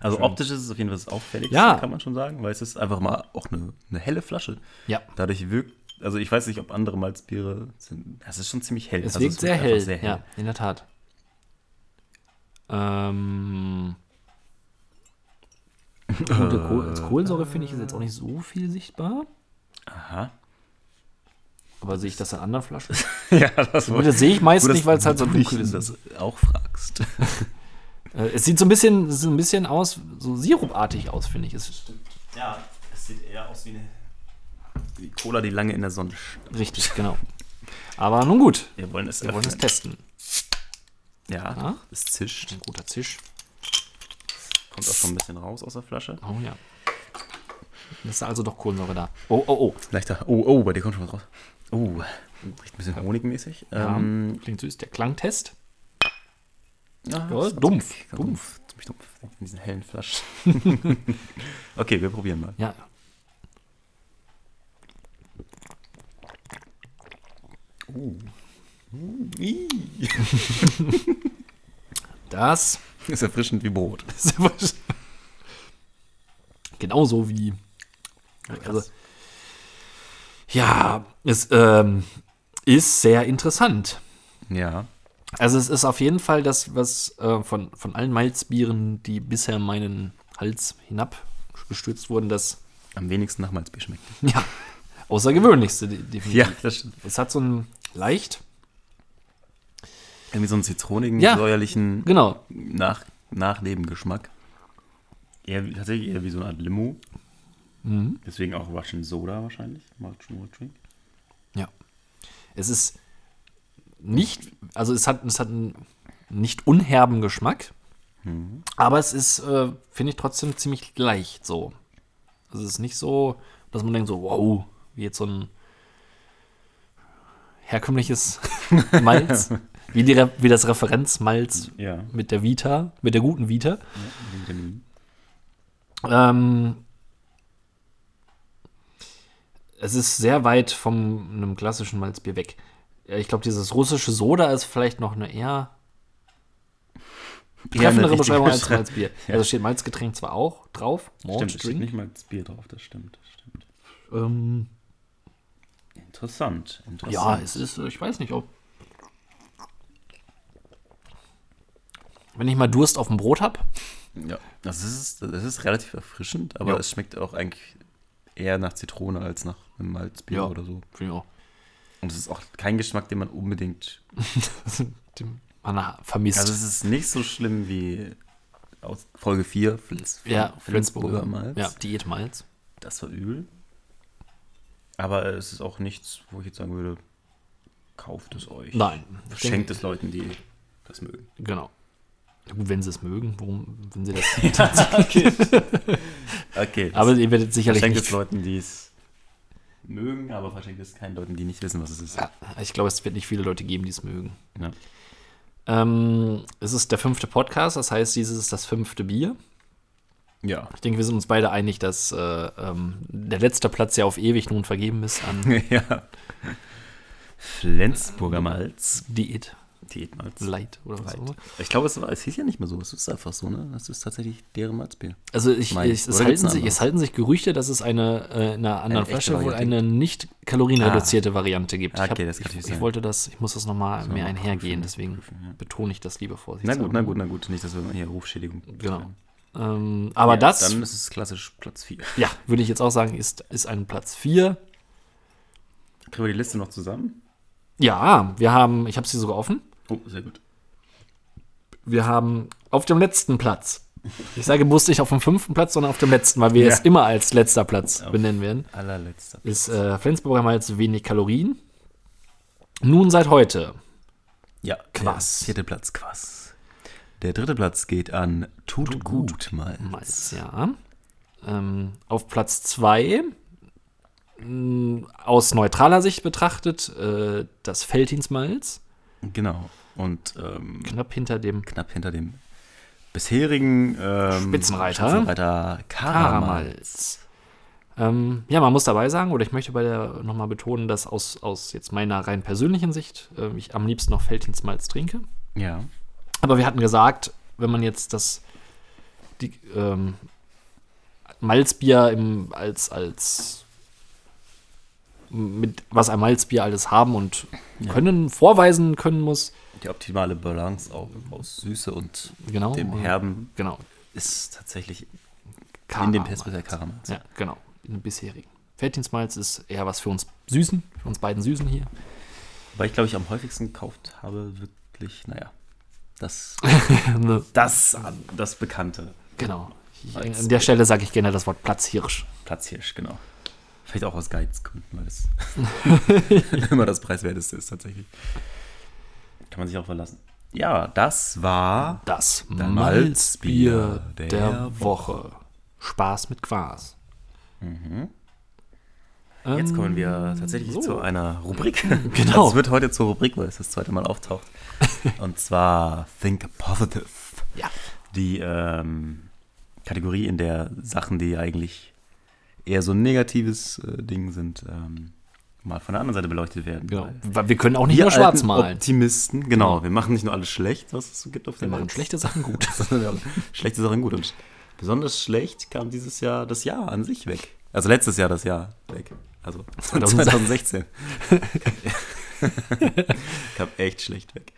D: Also optisch ist es auf jeden Fall das auffälligste,
C: Ja.
D: kann man schon sagen, weil es ist einfach mal auch eine, eine helle Flasche.
C: Ja.
D: Dadurch wirkt, also ich weiß nicht, ob andere Malzbiere sind. Es ist schon ziemlich hell.
C: Es
D: also
C: wirkt sehr,
D: einfach
C: hell. Ja, in der Tat. Ähm. Gute Kohl
D: äh,
C: als Kohlensäure finde ich ist jetzt auch nicht so viel sichtbar.
D: Aha.
C: Aber sehe ich das in anderen Flaschen?
D: ja, das
C: Gut, das sehe ich meist nicht, weil es halt so
D: du dich
C: dunkel ist.
D: das auch fragst.
C: Äh, es sieht so ein bisschen, es sieht ein bisschen aus, so sirupartig aus, finde ich. Es ist
D: Ja, es sieht eher aus wie eine wie Cola, die lange in der Sonne steht.
C: richtig, genau. Aber nun gut,
D: Wir wollen es
C: wir wollen es
D: öffnen.
C: testen.
D: Ja,
C: Ja.
D: es zischt.
C: Ein guter Zisch.
D: Kommt auch schon ein bisschen raus aus der Flasche.
C: Oh ja. Das ist also doch Kohlensäure da. Oh, oh, oh.
D: Leichter. Oh, oh, bei dir kommt schon was raus. Oh, riecht ein bisschen honigmäßig.
C: Ja,
D: Ähm,
C: klingt süß. Der Klangtest.
D: Ja,
C: Ja,
D: ist
C: dumpf,
D: ganz dumpf. Ziemlich dumpf. In diesen hellen Flaschen. okay, wir probieren mal.
C: Ja. Das
D: Ist erfrischend wie Brot.
C: ist aber sch- Genauso wie. Also, ja, es ähm, ist sehr interessant.
D: Ja.
C: Also es ist auf jeden Fall das, was äh, von, von allen Malzbieren, die bisher meinen Hals hinabgestürzt wurden, das
D: Am wenigsten nach Malzbier schmeckt.
C: ja, außergewöhnlichste de- definitiv.
D: das stimmt.
C: Es hat so einen leicht,
D: Irgendwie so einen zitronigen,
C: Ja.
D: säuerlichen
C: genau,
D: nach Nachnebengeschmack. Eher, wie- tatsächlich eher wie so eine Art Limo. Deswegen auch Russian Soda wahrscheinlich. Russian Water Drink.
C: ja. Es ist nicht, also es hat, es hat einen nicht unherben Geschmack, aber es ist, äh, finde ich, trotzdem ziemlich leicht so. Also es ist nicht so, dass man denkt so, wow, wie jetzt so ein herkömmliches Malz, wie, die, Re- wie das Referenzmalz
D: Ja.
C: mit der Vita, mit der guten Vita.
D: Vitamin.
C: Ähm, es ist sehr weit von einem klassischen Malzbier weg. Ja, Ich glaube, dieses russische Soda ist vielleicht noch eine eher treffendere
D: richtige
C: Beschreibung als
D: Beschreibung.
C: Malzbier.
D: Ja.
C: Also steht Malzgetränk zwar auch drauf,
D: Stimmt,
C: Malt
D: es steht
C: Drink.
D: nicht mal das Bier drauf, das stimmt. Das stimmt.
C: Ähm,
D: Interessant. interessant.
C: ja, es ist, ich weiß nicht, ob. Wenn ich mal Durst auf dem Brot habe,
D: Ja, das ist, das ist relativ erfrischend, aber
C: Ja.
D: es schmeckt auch eigentlich eher nach Zitrone als nach einem Malzbier
C: Ja.
D: oder so.
C: finde ich auch,
D: Und es ist auch kein Geschmack, den man unbedingt.
C: den man vermisst.
D: Also, es ist nicht so schlimm wie aus Folge 4, Flens,
C: ja,
D: Flensburger
C: Flensburger
D: Malz.
C: Ja, Diätmalz.
D: Das war übel. Aber es ist auch nichts, wo ich jetzt sagen würde, kauft es euch.
C: Nein.
D: Schenkt es Leuten, die das mögen.
C: Genau. Ja, gut, wenn sie es mögen, warum, wenn sie das.
D: okay. okay.
C: aber ihr werdet sicherlich
D: Verschenkt es
C: nicht.
D: Leuten, die es mögen, aber verschenkt es keinen Leuten, die nicht wissen, was es ist.
C: Ja, ich glaube, es wird nicht viele Leute geben, die es mögen.
D: Ja.
C: Ähm, es ist der fünfte Podcast, das heißt, dieses ist das fünfte Bier.
D: ja.
C: Ich denke, wir sind uns beide einig, dass äh, ähm, der letzte Platz ja auf ewig nun vergeben ist an
D: Flensburger Malz.
C: Diät
D: Diätmalz.
C: Light oder was auch immer.
D: Light. Ich glaube, es, war, es hieß ja nicht mehr so. Es ist einfach so, ne? Das ist tatsächlich deren Malzbier.
C: Also ich,
D: Mein,
C: ich,
D: oder gibt's
C: es, halten
D: eine
C: sich,
D: andere?
C: es halten sich Gerüchte, dass es eine äh, in einer anderen
D: echte
C: Flasche wohl
D: Variante
C: eine nicht kalorienreduzierte Variante gibt.
D: Ah,
C: ich, hab,
D: okay, das kann
C: ich,
D: natürlich
C: ich
D: sein.
C: wollte das, ich muss das nochmal mehr
D: mal
C: einhergehen,
D: prüfen,
C: deswegen
D: prüfen, ja.
C: betone ich das lieber vorsichtig.
D: Na gut, na gut, na gut. Nicht, dass wir hier Rufschädigung.
C: Genau. Ähm, aber das,
D: Dann ist es klassisch Platz 4.
C: ja, würde ich jetzt auch sagen, ist, ist ein Platz 4.
D: Kriegen wir die Liste noch zusammen?
C: Ja, wir haben, ich habe sie sogar offen.
D: Oh, sehr gut.
C: Wir haben auf dem letzten Platz. Ich sage bewusst nicht auf dem fünften Platz, sondern auf dem letzten, weil wir
D: Ja.
C: es immer als letzter Platz benennen werden.
D: Allerletzter.
C: Ist äh, Flensburger Malz wenig Kalorien. Nun seit heute.
D: Ja,
C: Quass.
D: Der vierte Platz, Quass. Der dritte Platz geht an Tut, gut, Malz.
C: Malz, ja. Ähm, auf Platz 2, aus neutraler Sicht betrachtet, äh, das Feltinsmalz.
D: Genau. Und ähm,
C: Knapp hinter dem
D: knapp hinter dem bisherigen ähm,
C: Spitzenreiter.
D: Spitzenreiter Karamal.
C: Karamalz. Ähm, ja, man muss dabei sagen, oder ich möchte bei der nochmal betonen, dass aus, aus jetzt meiner rein persönlichen Sicht äh, ich am liebsten noch Felddienstmalz trinke.
D: Ja.
C: Aber wir hatten gesagt, wenn man jetzt das die, ähm, Malzbier im, als, als mit was ein Malzbier alles haben und können, vorweisen können muss,
D: Die optimale Balance auch aus Süße und
C: Genau.
D: dem Herben
C: genau,
D: ist tatsächlich in
C: Karamalz.
D: dem Perspektiv Karamal.
C: Ja, genau. In dem bisherigen. Felddienstmalz ist eher was für uns Süßen, für uns beiden Süßen hier.
D: Weil ich glaube, ich am häufigsten gekauft habe, wirklich, naja, das, das, das bekannte
C: genau. Ich,
D: Als-
C: an der Stelle sage ich gerne das Wort Platzhirsch.
D: Platzhirsch, genau. Vielleicht auch aus Geizgründen, weil das immer das Preiswerteste ist tatsächlich. Kann man sich auch verlassen. Ja, das war
C: Das
D: Der
C: Malzbier
D: Malzbier
C: der,
D: der
C: Woche. Spaß mit Quas.
D: Jetzt kommen wir tatsächlich
C: so.
D: zu einer Rubrik.
C: Genau.
D: Es Ähm, wird heute zur Rubrik, weil es das zweite Mal auftaucht. Und zwar Think Positive.
C: Ja.
D: Die ähm, Kategorie, in der Sachen, die eigentlich eher so ein negatives äh, Ding sind, ähm, mal von der anderen Seite beleuchtet werden.
C: Genau.
D: Weil
C: Weil wir können auch nicht
D: Wir
C: nur schwarz
D: alten
C: malen.
D: Optimisten, genau. Wir machen nicht nur alles schlecht, was es so gibt auf
C: Wir
D: der
C: machen
D: Welt.
C: schlechte Sachen gut.
D: sondern wir machen schlechte Sachen gut. Und Besonders schlecht kam dieses Jahr das Jahr an sich weg. Also letztes Jahr das Jahr weg. Also 2016. kam echt schlecht weg.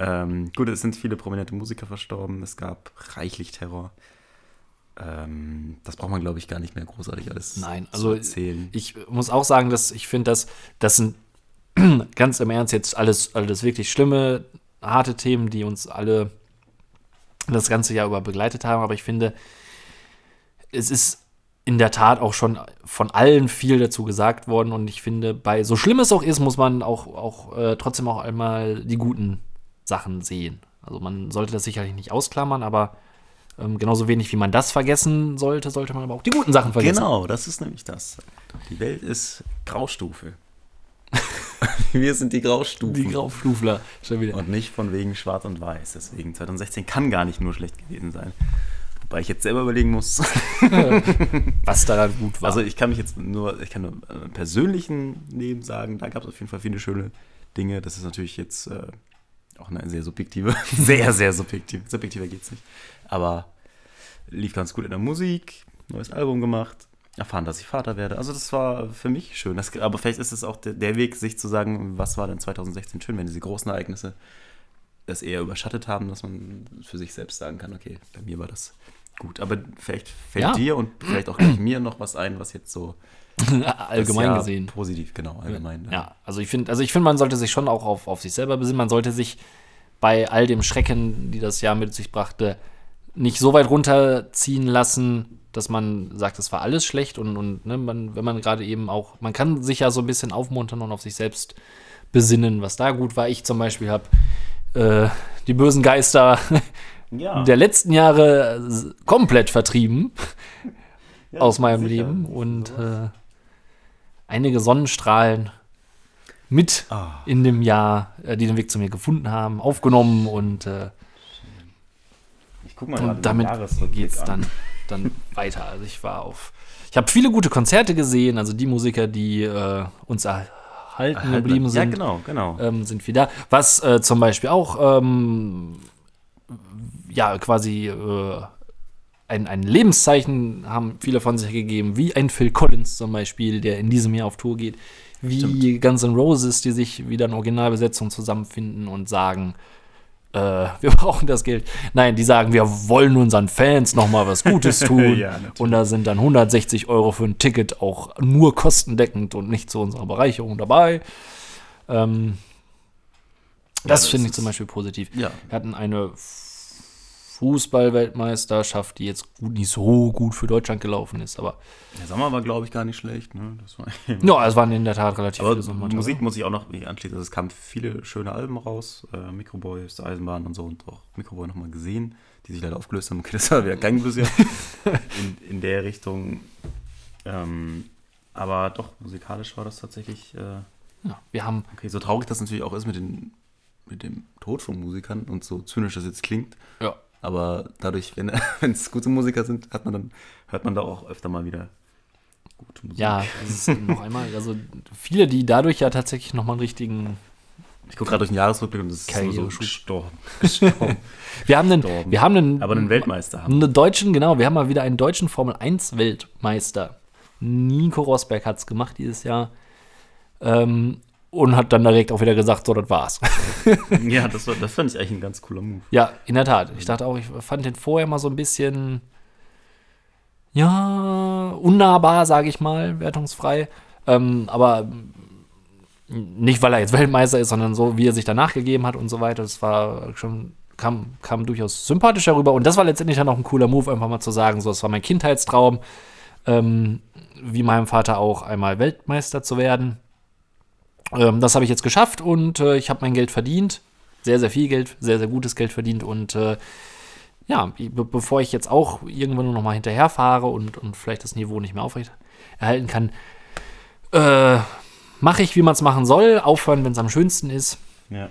D: Ähm, gut, es sind viele prominente Musiker verstorben. Es gab reichlich Terror. Ähm, das braucht man, glaube ich, gar nicht mehr großartig alles
C: Nein,
D: zu
C: also
D: erzählen.
C: ich muss auch sagen, dass ich finde, dass das sind ganz im Ernst jetzt alles, alles wirklich schlimme, harte Themen, die uns alle das ganze Jahr über begleitet haben. Aber ich finde, es ist in der Tat auch schon von allen viel dazu gesagt worden. Und ich finde, bei so schlimm es auch ist, muss man auch, auch äh, trotzdem auch einmal die guten Sachen sehen. Also man sollte das sicherlich nicht ausklammern, aber ähm, genauso wenig wie man das vergessen sollte, sollte man aber auch die guten Sachen vergessen.
D: Genau, das ist nämlich das. Die Welt ist Graustufe. Wir sind die Graustufen.
C: Die Grauflufler. Schon wieder.
D: Und nicht von wegen Schwarz und Weiß. Deswegen 2016 kann gar nicht nur schlecht gewesen sein. Wobei ich jetzt selber überlegen muss.
C: was daran gut war.
D: Also ich kann mich jetzt nur, ich kann nur äh, persönlichen Leben sagen, da gab es auf jeden Fall viele schöne Dinge. Das ist natürlich jetzt äh, auch eine sehr subjektive, sehr, sehr subjektive, subjektiver geht's nicht. Aber lief ganz gut in der Musik, neues Album gemacht, erfahren, dass ich Vater werde. Also das war für mich schön. Das, aber vielleicht ist es auch der, der Weg, sich zu sagen, was war denn 2016 schön, wenn diese großen Ereignisse das eher überschattet haben, dass man für sich selbst sagen kann, okay, bei mir war das gut. Aber vielleicht fällt
C: Ja.
D: dir und vielleicht auch gleich mir noch was ein, was jetzt so das
C: allgemein
D: Jahr
C: gesehen.
D: positiv, genau, allgemein.
C: Ja, also ich finde, also ich finde, man sollte sich schon auch auf, auf sich selber besinnen. Man sollte sich bei all dem Schrecken, die das Jahr mit sich brachte, nicht so weit runterziehen lassen, dass man sagt, es war alles schlecht und, und ne, man, wenn man gerade eben auch, man kann sich ja so ein bisschen aufmuntern und auf sich selbst besinnen, was da gut war. Ich zum Beispiel habe äh, die bösen Geister
D: Ja.
C: der letzten Jahre s- komplett vertrieben
D: Ja,
C: aus meinem
D: sicher.
C: Leben und äh, einige Sonnenstrahlen mit
D: Ah.
C: in dem Jahr, äh, die den Weg zu mir gefunden haben, aufgenommen und, äh,
D: Ich guck mal gerade
C: und
D: den
C: damit
D: Jahresrückblick
C: geht's
D: an.
C: dann, dann weiter. Also ich war auf, ich habe viele gute Konzerte gesehen, also die Musiker, die äh, uns erhalten geblieben sind,
D: Ja, genau, genau.
C: ähm, sind wieder. Was äh, zum Beispiel auch ähm, ja quasi äh, ein, ein Lebenszeichen haben viele von sich gegeben, wie ein Phil Collins zum Beispiel, der in diesem Jahr auf Tour geht, wie Guns N' Roses, die sich wieder in Originalbesetzung zusammenfinden und sagen, äh, wir brauchen das Geld. Nein, die sagen, wir wollen unseren Fans noch mal was Gutes tun.
D: Ja, natürlich.
C: und da sind dann 160 Euro für ein Ticket auch nur kostendeckend und nicht zu unserer Bereicherung dabei. Ähm, das
D: das
C: finde ich
D: ist-
C: zum Beispiel positiv.
D: Ja.
C: Wir hatten eine Fußballweltmeisterschaft, die jetzt gut, nicht so gut für Deutschland gelaufen ist, aber
D: der Sommer war, glaube ich, gar nicht schlecht. Ne? Das war
C: ja, es waren in der Tat relativ
D: Aber
C: viele Sommertage.
D: Musik muss ich auch noch mich anschließen. Also es kamen viele schöne Alben raus. Äh, Microboy, Höchste Eisenbahn und so. Und auch Microboy nochmal gesehen, die sich leider aufgelöst haben. Okay, das war wieder kein gutes Jahr. in, in der Richtung. Ähm, aber doch, musikalisch war das tatsächlich. Äh,
C: Ja, wir haben
D: okay, so traurig das natürlich auch ist mit, den, mit dem Tod von Musikern und so zynisch das jetzt klingt.
C: ja,
D: Aber dadurch, wenn wenn es gute Musiker sind, hat man dann, hört man da auch öfter mal wieder gute Musik.
C: ja das ist noch einmal, also viele, die dadurch ja tatsächlich nochmal einen richtigen.
D: Ich gucke gerade durch den Jahresrückblick und es ist nur so
C: Karriereschub.
D: gestorben. gestorben.
C: Wir haben einen,
D: Gestorben.
C: wir haben einen,
D: Aber einen Weltmeister haben.
C: einen deutschen, genau, wir haben mal wieder einen deutschen Formel 1 Weltmeister. Nico Rosberg hat es gemacht dieses Jahr ähm, und hat dann direkt auch wieder gesagt, so, das war's.
D: Ja, das, war, das fand ich eigentlich ein ganz cooler Move.
C: Ja, in der Tat. Ich dachte auch, ich fand den vorher mal so ein bisschen, ja, unnahbar, sage ich mal, wertungsfrei. Ähm, aber mm, nicht, weil er jetzt Weltmeister ist, sondern so, wie er sich danach gegeben hat und so weiter. Das war schon, kam, kam durchaus sympathisch herüber. Und das war letztendlich dann auch ein cooler Move, einfach mal zu sagen, so, es war mein Kindheitstraum, ähm, wie meinem Vater auch einmal Weltmeister zu werden. Ähm, das habe ich jetzt geschafft und äh, ich habe mein Geld verdient. Sehr, sehr viel Geld, sehr, sehr gutes Geld verdient. Und äh, ja, be bevor ich jetzt auch irgendwann nur noch mal hinterherfahre und, und vielleicht das Niveau nicht mehr aufrecht erhalten kann, äh, mache ich, wie man es machen soll. Aufhören, wenn es am schönsten ist.
D: Ja.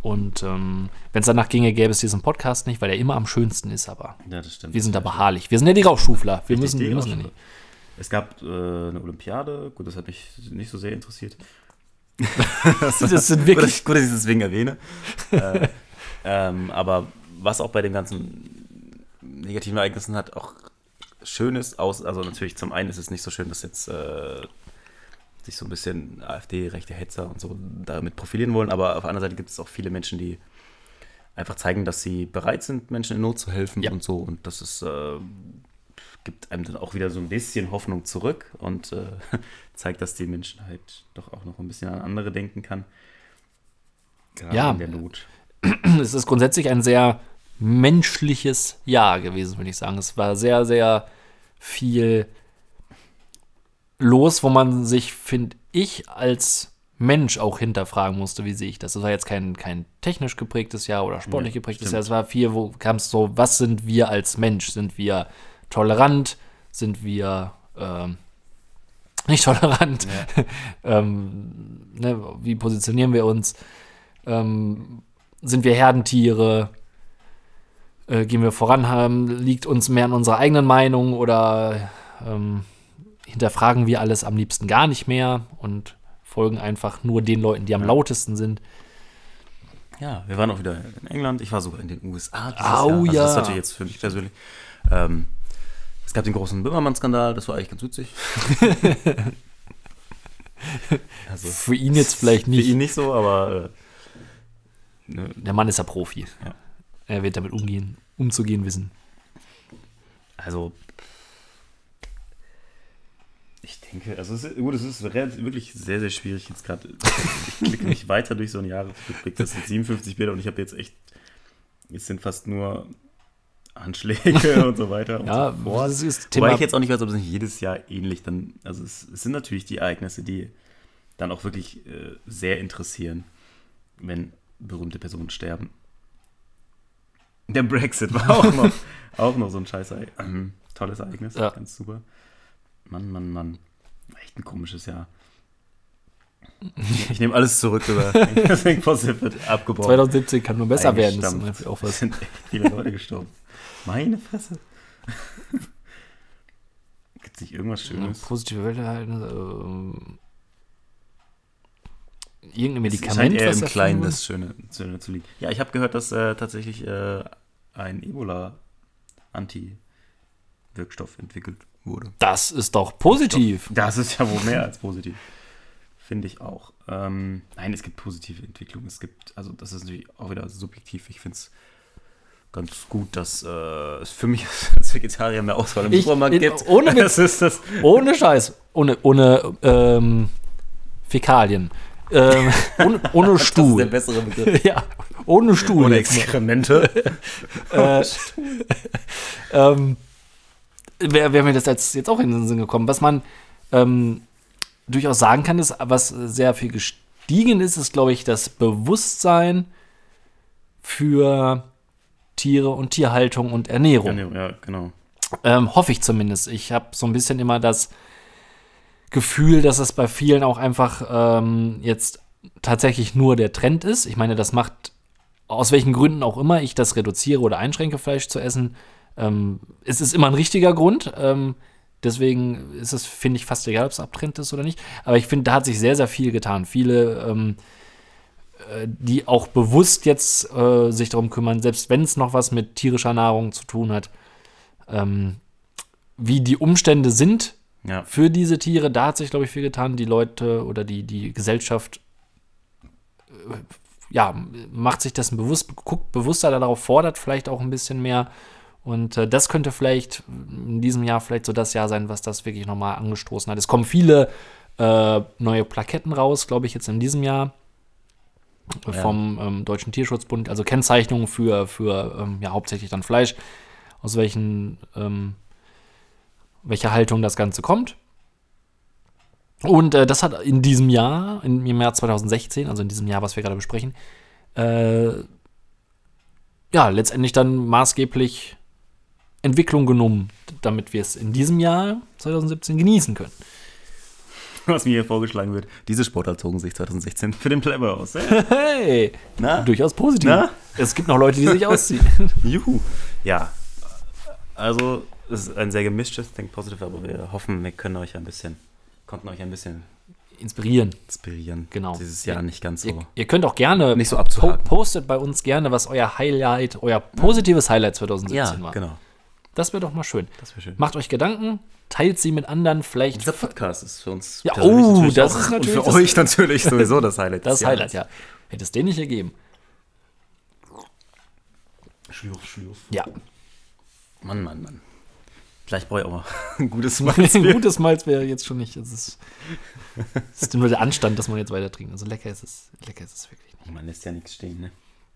C: Und ähm, wenn es danach ginge, gäbe es diesen Podcast nicht, weil er immer am schönsten ist. Aber
D: ja, das stimmt.
C: wir sind da beharrlich. Wir sind ja die Rauchschufler. Wir müssen,
D: Die
C: wir müssen ja
D: Ausschnitte.
C: nicht.
D: Es gab äh, eine Olympiade, gut, das hat mich nicht so sehr interessiert.
C: Das sind
D: Gut,
C: wirklich
D: dass ich, gut, dass ich das deswegen erwähne. äh, ähm, aber was auch bei dem ganzen negativen Ereignissen hat, auch Schönes aus. Also natürlich zum einen ist es nicht so schön, dass jetzt äh, sich so ein bisschen AfD, rechte Hetzer und so damit profilieren wollen, aber auf der anderen Seite gibt es auch viele Menschen, die einfach zeigen, dass sie bereit sind, Menschen in Not zu helfen
C: Ja.
D: und so. Und das ist, äh, gibt einem dann auch wieder so ein bisschen Hoffnung zurück und äh, zeigt, dass die Menschheit doch auch noch ein bisschen an andere denken kann. Gerade
C: Ja.
D: in der Not.
C: es ist grundsätzlich ein sehr menschliches Jahr gewesen, würde ich sagen. Es war sehr, sehr viel los, wo man sich, finde ich, als Mensch auch hinterfragen musste, wie sehe ich das. Das war jetzt kein, kein technisch geprägtes Jahr oder sportlich
D: Ja,
C: geprägtes
D: stimmt.
C: Jahr. Es war viel, wo kam es so, was sind wir als Mensch? Sind wir tolerant? Sind wir ähm, nicht tolerant? ähm, ne, wie positionieren wir uns? Ähm, sind wir Herdentiere? Äh, gehen wir voran? Haben, liegt uns mehr an unserer eigenen Meinung oder ähm, hinterfragen wir alles am liebsten gar nicht mehr und folgen einfach nur den Leuten, die am lautesten sind?
D: Ja, wir waren auch wieder in England. Ich war sogar in den USA. dieses Jahr. Also
C: Au,
D: das ist
C: ja.
D: natürlich jetzt für mich persönlich. Ähm, es gab den großen Böhmermann-Skandal, das war eigentlich ganz witzig. also,
C: Für ihn jetzt vielleicht nicht.
D: Für ihn nicht so, aber äh, ne,
C: Der Mann ist ja Profi.
D: Ja.
C: Er wird damit umgehen, umzugehen wissen.
D: also ich denke, also es ist, gut, es ist relativ, wirklich sehr, sehr schwierig jetzt gerade. Ich klicke mich weiter durch so ein Jahresrückblick. Das sind 57 Bilder und ich habe jetzt echt, es sind fast nur Anschläge und so weiter. Und
C: Ja,
D: so fort.
C: das ist
D: Thema.
C: Thema.
D: Wobei ich jetzt auch nicht weiß, ob es nicht jedes Jahr ähnlich dann. Also es, es sind natürlich die Ereignisse, die dann auch wirklich äh, sehr interessieren, wenn berühmte Personen sterben. Der Brexit war auch noch, auch noch so ein scheiß Ereignis. Ähm, tolles Ereignis,
C: Ja.
D: ganz super. Mann, Mann, Mann. Echt ein komisches Jahr. Ich nehme alles zurück über Think Positive wird abgebrochen.
C: 2017 kann nur besser werden. Das ist zum
D: Eingestampft.
C: Beispiel auch
D: Es
C: was.
D: sind echt viele Leute gestorben. Meine Fresse. Gibt es nicht irgendwas Schönes?
C: Positive Weltereignis. ähm, Irgendein
D: Es halt
C: Medikament,
D: eher
C: was
D: im
C: erfunden
D: Kleinen
C: wurde?
D: das Schöne, Schöne zu liegen. Ja, ich habe gehört, dass äh, tatsächlich äh, ein Ebola-Anti-Wirkstoff entwickelt wurde.
C: Das ist doch positiv.
D: Das ist ja wohl mehr als positiv. Finde ich auch. Ähm, nein, es gibt positive Entwicklungen. Es gibt, also das ist natürlich auch wieder subjektiv. Ich finde es ganz gut, dass äh, es für mich als Vegetarier mehr Auswahl im
C: Ich-
D: Supermarkt
C: in-
D: gibt.
C: ohne Witz.
D: das ist das.
C: Ohne Scheiß. Ohne, ohne ähm, Fäkalien. Ähm, ohne ohne Stuhl.
D: bessere Begriff.
C: ja, ohne Stuhl.
D: Ohne
C: jetzt mal.
D: Exkremente.
C: Äh, ähm, Wäre wär mir das jetzt, jetzt auch in den Sinn gekommen. Was man ähm, durchaus sagen kann, ist, was sehr viel gestiegen ist, ist, glaube ich, das Bewusstsein für Tiere und Tierhaltung und Ernährung.
D: ja, genau.
C: Ähm, hoffe ich zumindest. Ich habe so ein bisschen immer das Gefühl, dass es bei vielen auch einfach ähm, jetzt tatsächlich nur der Trend ist. Ich meine, das macht, aus welchen Gründen auch immer ich das reduziere oder einschränke, Fleisch zu essen. Ähm, es ist immer ein richtiger Grund. Ähm, deswegen ist es, finde ich, fast egal, ob es abtrennt ist oder nicht. Aber ich finde, da hat sich sehr, sehr viel getan. Viele ähm, äh, die auch bewusst jetzt äh, sich darum kümmern, selbst wenn es noch was mit tierischer Nahrung zu tun hat, ähm, wie die Umstände sind
D: Ja.
C: für diese Tiere. Da hat sich, glaube ich, viel getan. Die Leute oder die, die Gesellschaft äh, ja, macht sich dessen bewusst, guckt bewusster darauf, fordert vielleicht auch ein bisschen mehr. Und äh, das könnte vielleicht in diesem Jahr vielleicht so das Jahr sein, was das wirklich nochmal angestoßen hat. Es kommen viele äh, neue Plaketten raus, glaube ich, jetzt in diesem Jahr äh,
D: Ja.
C: vom ähm, Deutschen Tierschutzbund, also Kennzeichnungen für, für ähm, ja, hauptsächlich dann Fleisch, aus welchen, ähm, welcher Haltung das Ganze kommt. Und äh, das hat in diesem Jahr, in, im Jahr 2016, also in diesem Jahr, was wir gerade besprechen, äh, ja, letztendlich dann maßgeblich Entwicklung genommen, damit wir es in diesem Jahr 2017 genießen können.
D: Was mir hier vorgeschlagen wird, diese Sportler zogen sich 2016 für den Playboy aus.
C: Hey,
D: Na?
C: durchaus positiv.
D: Na?
C: Es gibt noch Leute, die sich ausziehen.
D: Juhu. Ja. Also, es ist ein sehr gemischtes Think Positive, aber wir hoffen, wir können euch ein bisschen, konnten euch ein bisschen
C: Inspirieren.
D: inspirieren.
C: Genau.
D: Dieses Jahr nicht ganz so.
C: Ihr, ihr könnt auch gerne,
D: Nicht so
C: po
D: abzuhaken.
C: postet bei uns gerne, was euer Highlight, euer positives Highlight 2017 war.
D: genau.
C: Das wäre doch mal schön.
D: Das wäre schön.
C: Macht euch Gedanken, teilt sie mit anderen, vielleicht
D: Dieser Podcast ist für uns
C: Ja,
D: persönlich
C: oh,
D: natürlich
C: das
D: auch,
C: ist natürlich
D: und für
C: das-
D: euch natürlich sowieso das Highlight.
C: das
D: des Jahres.
C: Highlight, ja. Hätte es den nicht gegeben.
D: Schlürf, schlürf.
C: Ja.
D: Mann, Mann, Mann. Vielleicht brauche ich auch mal ein gutes
C: Ein
D: Malzbier.
C: gutes Malz wäre jetzt schon nicht. Es ist, es ist nur der Anstand, dass man jetzt weiter trinkt. Also lecker ist es, lecker ist es wirklich nicht.
D: Man lässt ja nichts stehen, ne?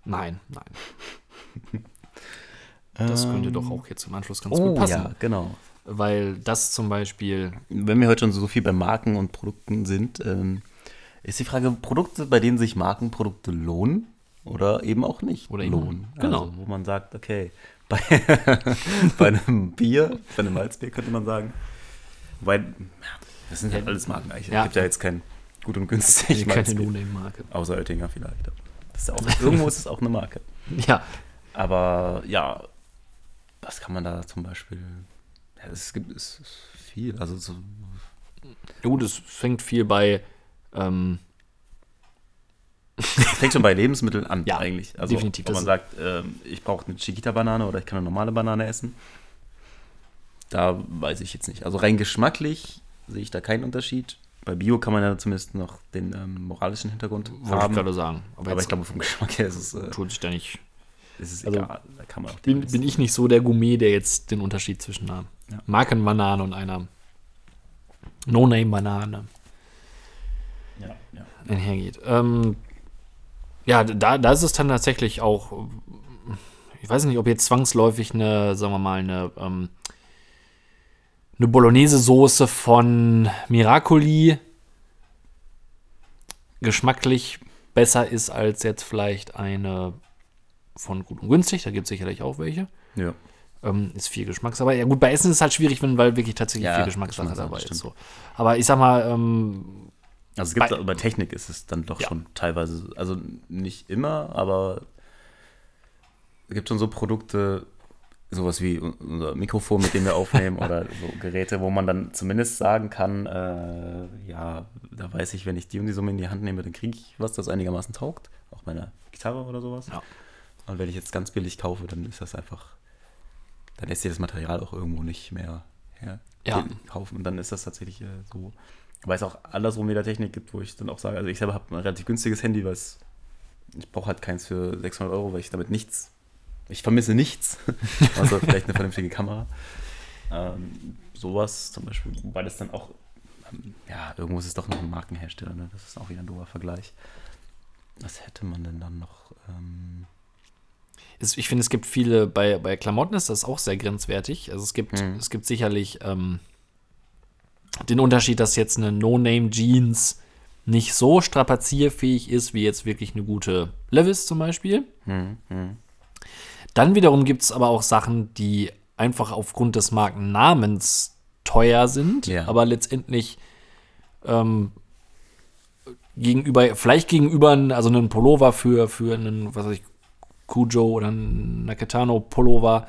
C: Nein, nein. Das könnte doch auch jetzt im Anschluss ganz gut
D: Ähm, Oh,
C: passen.
D: ja, genau.
C: Weil das zum Beispiel
D: Wenn wir heute schon so viel bei Marken und Produkten sind, ähm, ist die Frage, Produkte, bei denen sich Markenprodukte lohnen oder eben auch nicht
C: Oder eben-
D: lohnen.
C: genau.
D: Also, wo man sagt, okay, bei, bei einem Bier, bei einem Malzbier könnte man sagen, weil, ja, das sind halt alles Marken eigentlich. Es
C: Ja.
D: gibt ja jetzt kein gut und günstig
C: keine
D: Malzbier.
C: No-Name-Marke.
D: Außer Oettinger vielleicht. aber Das ist ja auch, irgendwo ist es auch eine Marke.
C: Ja,
D: Aber ja, was kann man da zum Beispiel. Ja, es gibt es ist viel. Also so,
C: gut, es fängt viel bei. Ähm,
D: es fängt schon bei Lebensmitteln an,
C: Ja,
D: eigentlich. Also,
C: definitiv,
D: Wenn
C: das
D: man
C: ist-
D: sagt, ähm, ich brauche eine Chiquita-Banane oder ich kann eine normale Banane essen. Da weiß ich jetzt nicht. Also rein geschmacklich sehe ich da keinen Unterschied. Bei Bio kann man ja zumindest noch den ähm, moralischen Hintergrund
C: wollte ich
D: haben.
C: gerade sagen. Aber,
D: aber ich
C: jetzt
D: glaube, vom Geschmack her ist es, äh,
C: tut sich da nicht.
D: ist es
C: also,
D: egal. Da kann man auch
C: Bin, bin ich nicht so der Gourmet, der jetzt den Unterschied zwischen einer
D: Ja.
C: Markenbanane und einer No-Name-Banane
D: Ja, ja.
C: einhergeht. Ähm, ja, da, da ist es dann tatsächlich auch, ich weiß nicht, ob jetzt zwangsläufig eine, sagen wir mal, eine, ähm, eine Bolognese-Soße von Miracoli geschmacklich besser ist als jetzt vielleicht eine von Gut und Günstig. Da gibt es sicherlich auch welche.
D: ja.
C: Ähm, ist viel Geschmackssache. Ja, gut, bei Essen ist es halt schwierig, wenn, weil wirklich tatsächlich
D: Ja,
C: viel Geschmackssache
D: Geschmackssache,
C: dabei ist.
D: stimmt.
C: So. Aber ich sag mal, ähm,
D: Also es gibt
C: Bei-
D: bei, bei Technik ist es dann doch
C: Ja.
D: schon teilweise, also nicht immer, aber es gibt schon so Produkte, sowas wie un- unser Mikrofon, mit dem wir aufnehmen, oder so Geräte, wo man dann zumindest sagen kann, äh, ja, da weiß ich, wenn ich die und die Summe in die Hand nehme, dann kriege ich was, das einigermaßen taugt, auch meine Gitarre oder sowas.
C: Ja.
D: Und wenn ich jetzt ganz billig kaufe, dann ist das einfach, dann lässt sich das Material auch irgendwo nicht mehr her
C: Ja.
D: kaufen. Und dann ist das tatsächlich äh, so. Weil es auch andersrum wieder Technik gibt, wo ich dann auch sage, also ich selber habe ein relativ günstiges Handy, weil es, ich brauche halt keins für 600 Euro, weil ich damit nichts, ich vermisse nichts, außer vielleicht eine vernünftige Kamera. Ähm, sowas zum Beispiel, wobei das dann auch, ähm, ja, irgendwo ist es doch noch ein Markenhersteller, ne? das ist auch wieder ein doofer Vergleich. Was hätte man denn dann noch? Ähm,
C: Es, ich finde, es gibt viele, bei, bei Klamotten ist das auch sehr grenzwertig. Also es gibt, es gibt sicherlich ähm, den Unterschied, dass jetzt eine No-Name-Jeans nicht so strapazierfähig ist, wie jetzt wirklich eine gute Levis zum Beispiel. Dann wiederum gibt es aber auch Sachen, die einfach aufgrund des Markennamens teuer sind,
D: Ja.
C: aber letztendlich ähm, gegenüber, vielleicht gegenüber, n- also einen Pullover für, für einen, was weiß ich, Kujo oder einen Nakatano Pullover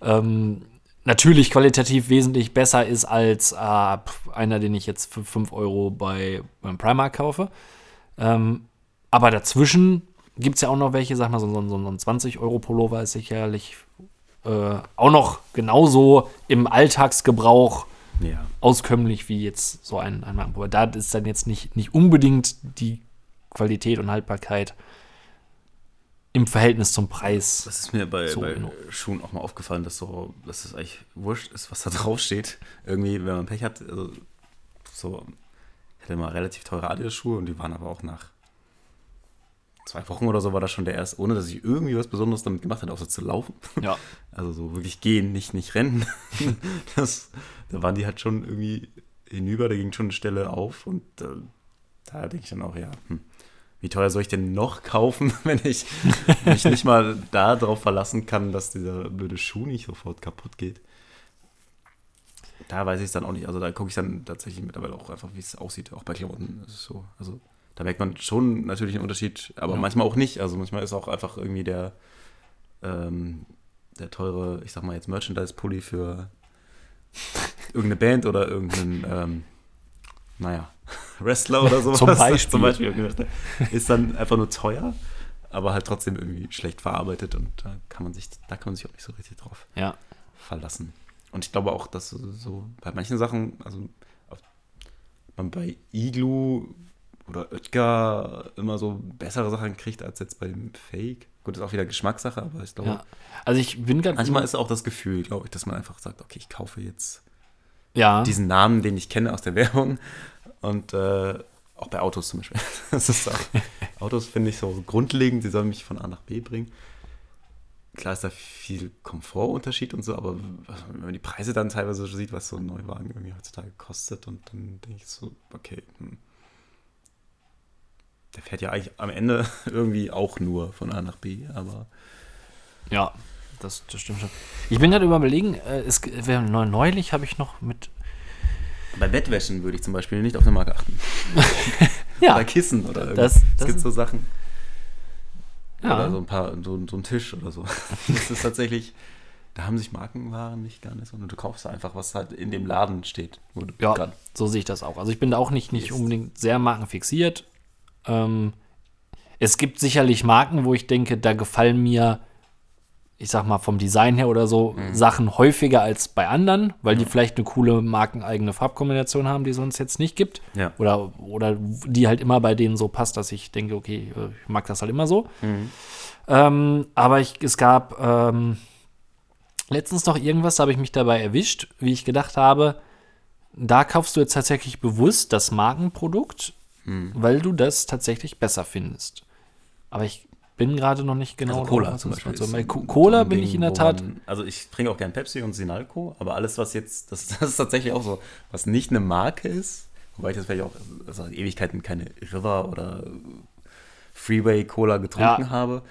C: ähm, natürlich qualitativ wesentlich besser ist als äh, pf, einer, den ich jetzt für 5 Euro bei, beim Primark kaufe. Ähm, aber dazwischen gibt es ja auch noch welche, sag mal, so, so, so so ein 20-Euro-Pullover ist sicherlich äh, auch noch genauso im Alltagsgebrauch
D: ja.
C: auskömmlich wie jetzt so ein, ein Markenpulver. Da ist dann jetzt nicht, nicht unbedingt die Qualität und Haltbarkeit im Verhältnis zum Preis.
D: Das ist mir bei,
C: So,
D: bei
C: genau.
D: Schuhen auch mal aufgefallen, dass so, dass es eigentlich wurscht ist, was da draufsteht. Irgendwie, wenn man Pech hat, also, so, ich hatte mal relativ teure Adidas-Schuhe und die waren aber auch nach zwei Wochen oder so war das schon der erste, ohne dass ich irgendwie was Besonderes damit gemacht hatte, außer zu laufen.
C: Ja.
D: Also so wirklich gehen, nicht, nicht rennen. Das, da waren die halt schon irgendwie hinüber, da ging schon eine Stelle auf und äh, da denke ich dann auch, ja, hm, wie teuer soll ich denn noch kaufen, wenn ich mich nicht mal darauf verlassen kann, dass dieser blöde Schuh nicht sofort kaputt geht. Da weiß ich es dann auch nicht. Also da gucke ich dann tatsächlich mittlerweile auch einfach, wie es aussieht, auch bei Klamotten. Das ist so. Also da merkt man schon natürlich einen Unterschied, aber manchmal auch nicht. Also manchmal ist auch einfach irgendwie der, ähm, der teure, ich sag mal jetzt Merchandise-Pulli für irgendeine Band oder irgendeinen, ähm, naja, Wrestler oder sowas.
C: Zum Beispiel.
D: Zum Beispiel irgendeine- ist dann einfach nur teuer, aber halt trotzdem irgendwie schlecht verarbeitet und da kann man sich, da kann man sich auch nicht so richtig drauf
C: Ja.
D: verlassen. Und ich glaube auch, dass so- so bei manchen Sachen, also auf- man bei Iglu oder Oetker immer so bessere Sachen kriegt als jetzt beim Fake. Gut, ist auch wieder Geschmackssache, aber ich glaube,
C: Ja. Also ich bin gerade.
D: manchmal ist auch das Gefühl, glaube ich, dass man einfach sagt, okay, ich kaufe jetzt
C: ja.
D: diesen Namen, den ich kenne aus der Werbung. Und äh, auch bei Autos zum Beispiel. Das ist auch, Autos finde ich so grundlegend, sie sollen mich von A nach B bringen. Klar ist da viel Komfortunterschied und so, aber wenn man die Preise dann teilweise so sieht, was so ein Neuwagen irgendwie heutzutage kostet, und dann denke ich so, okay, hm. der fährt ja eigentlich am Ende irgendwie auch nur von A nach B, aber
C: Ja, das, das stimmt schon. Ich bin gerade überlegen, äh, es, g- wir haben neu- neulich habe ich noch mit.
D: bei Bettwäschen würde ich zum Beispiel nicht auf eine Marke achten.
C: Ja,
D: Bei Kissen oder irgendwas.
C: das- das
D: es gibt
C: ist-
D: so Sachen. Oder
C: ja.
D: so ein paar, so, so ein Tisch oder so. Das ist tatsächlich, da haben sich Markenwaren nicht gar nicht, sondern du kaufst einfach, was halt in dem Laden steht. Wo du
C: ja
D: gerade-
C: so sehe ich das auch. Also ich bin da auch nicht, nicht
D: Ist-
C: unbedingt sehr markenfixiert. Ähm, es gibt sicherlich Marken, wo ich denke, da gefallen mir, ich sag mal, vom Design her oder so, Sachen häufiger als bei anderen, weil die vielleicht eine coole markeneigene Farbkombination haben, die es sonst jetzt nicht gibt.
D: Ja.
C: Oder, oder die halt immer bei denen so passt, dass ich denke, okay, äh, ich mag das halt immer so. Ähm, aber ich, es gab ähm, letztens noch irgendwas, da habe ich mich dabei erwischt, wie ich gedacht habe, da kaufst du jetzt tatsächlich bewusst das Markenprodukt,
D: Hm.
C: weil du das tatsächlich besser findest. Aber ich bin gerade noch nicht genau.
D: Also Cola
C: drauf,
D: zum
C: was
D: Beispiel.
C: das war.
D: ist
C: Bei Co-
D: ein-
C: Cola
D: so ein
C: bin
D: Ding,
C: ich in der
D: wo
C: Tat.
D: Man, also ich trinke auch gern Pepsi und Sinalco, aber alles, was jetzt, das, das ist tatsächlich auch so, was nicht eine Marke ist, wobei ich jetzt vielleicht auch also seit Ewigkeiten keine River oder Freeway Cola getrunken
C: Ja.
D: habe,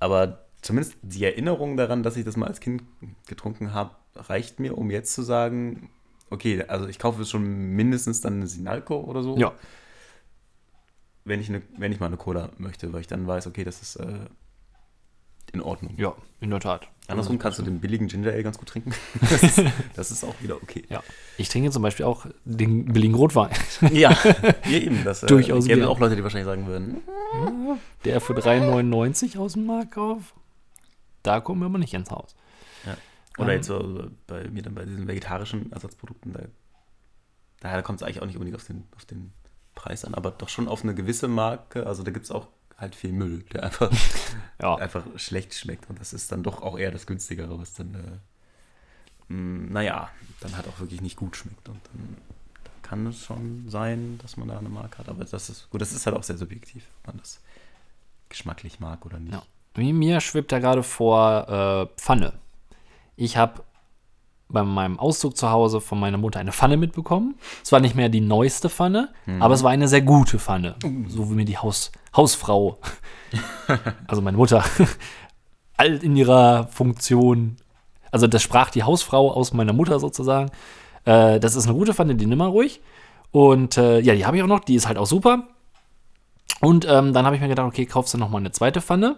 D: aber zumindest die Erinnerung daran, dass ich das mal als Kind getrunken habe, reicht mir, um jetzt zu sagen, okay, also ich kaufe schon mindestens dann eine Sinalco oder so
C: ja,
D: wenn ich, eine, wenn ich mal eine Cola möchte, weil ich dann weiß, okay, das ist äh, in Ordnung.
C: ja, in der Tat.
D: Andersrum kannst du den billigen Ginger Ale ganz gut trinken. das ist auch wieder okay.
C: Ja. Ich trinke zum Beispiel auch den billigen Rotwein,
D: Ja, ja eben. Das äh,
C: Durchaus
D: gäbe
C: gern.
D: auch Leute, die wahrscheinlich sagen würden,
C: der für 3,99 aus dem Markt auf. Da kommen wir aber nicht ins Haus.
D: oder
C: Ähm.
D: jetzt so bei mir dann bei diesen vegetarischen Ersatzprodukten, da, daher kommt es eigentlich auch nicht unbedingt auf den, auf den Preis an, aber doch schon auf eine gewisse Marke. Also da gibt es auch halt viel Müll, der einfach,
C: Ja.
D: einfach schlecht schmeckt. Und das ist dann doch auch eher das günstigere, was dann, äh, mh, naja, dann halt auch wirklich nicht gut schmeckt. Und dann, dann kann es schon sein, dass man da eine Marke hat. Aber das ist gut, das ist halt auch sehr subjektiv, ob man das geschmacklich mag oder nicht.
C: Ja. Wie mir schwebt da gerade vor äh, Pfanne. Ich habe bei meinem Auszug zu Hause von meiner Mutter eine Pfanne mitbekommen. Es war nicht mehr die neueste Pfanne, aber es war eine sehr gute Pfanne. So wie mir die Haus, Hausfrau, also meine Mutter, alt in ihrer Funktion, also das sprach die Hausfrau aus meiner Mutter sozusagen. Äh, das ist eine gute Pfanne, die nimm mal ruhig. Und äh, ja, die habe ich auch noch, die ist halt auch super. Und ähm, dann habe ich mir gedacht, okay, kaufst du noch mal eine zweite Pfanne,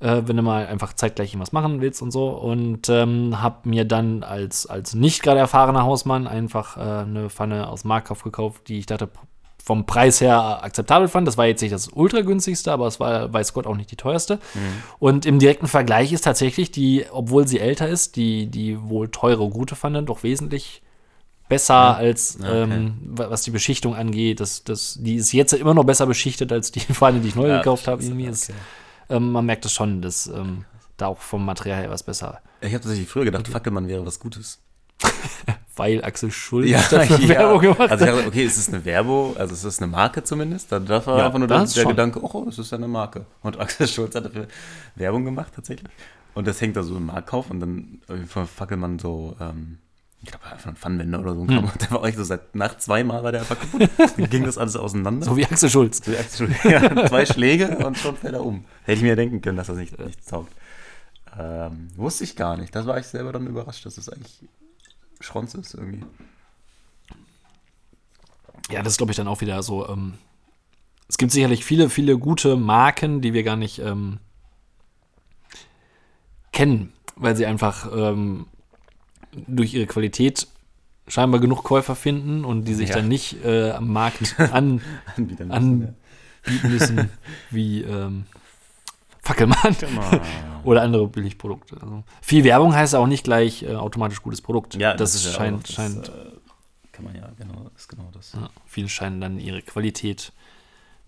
C: äh, wenn du mal einfach zeitgleich irgendwas machen willst und so. Und ähm, habe mir dann als, als nicht gerade erfahrener Hausmann einfach äh, eine Pfanne aus Markov gekauft, die ich dachte p- vom Preis her akzeptabel fand. Das war jetzt nicht das ultra günstigste, aber es war, weiß Gott, auch nicht die teuerste. Und im direkten Vergleich ist tatsächlich die, obwohl sie älter ist, die, die wohl teure gute Pfanne doch wesentlich besser als
D: okay.
C: ähm, wa- was die Beschichtung angeht. Das, das, die ist jetzt immer noch besser beschichtet als die Pfanne, die ich neu
D: Ja,
C: gekauft habe.
D: das ist-
C: Irgendwie ist, ähm, man merkt es schon, dass ähm, da auch vom Material her was besser.
D: Ich habe tatsächlich früher gedacht, Fackelmann wäre was Gutes.
C: Weil Axel Schulz
D: ja,
C: dafür
D: ja.
C: Werbung gemacht hat.
D: Also ich dachte, okay, es ist eine Werbung, also es ist eine Marke zumindest. Da darf war
C: Ja,
D: einfach nur der,
C: das
D: der
C: schon.
D: Gedanke, oh, es ist ja eine Marke. Und Axel Schulz hat dafür Werbung gemacht tatsächlich. Und das hängt da so im Marktkauf und dann irgendwie von Fackelmann so, ähm, ich glaube, einfach ein Pfannenwender oder so. ein
C: Hm.
D: Kram. Der war echt so seit nach zweimal war der einfach kaputt. Dann ging das alles auseinander.
C: so wie Axel Schulz.
D: So, Axel, ja, zwei Schläge und schon fällt er um. Hätte ich mir denken können, dass das nicht, nicht taugt. Ähm, wusste ich gar nicht. Das war ich selber dann überrascht, dass das eigentlich Schronz ist irgendwie.
C: Ja, das glaube ich dann auch wieder so. Ähm, es gibt sicherlich viele, viele gute Marken, die wir gar nicht ähm, kennen, weil sie einfach ähm, durch ihre Qualität scheinbar genug Käufer finden und die sich
D: Ja.
C: dann nicht äh, am Markt an,
D: Anbieter müssen, ja.
C: anbieten müssen, wie ähm, Fackelmann. Oder andere Billigprodukte. Also viel Werbung heißt auch nicht gleich äh, automatisch gutes Produkt. das,
D: ja auch-
C: scheint,
D: das,
C: scheint
D: äh, kann man ja, genau, ist genau das.
C: ja, viele scheinen dann ihre Qualität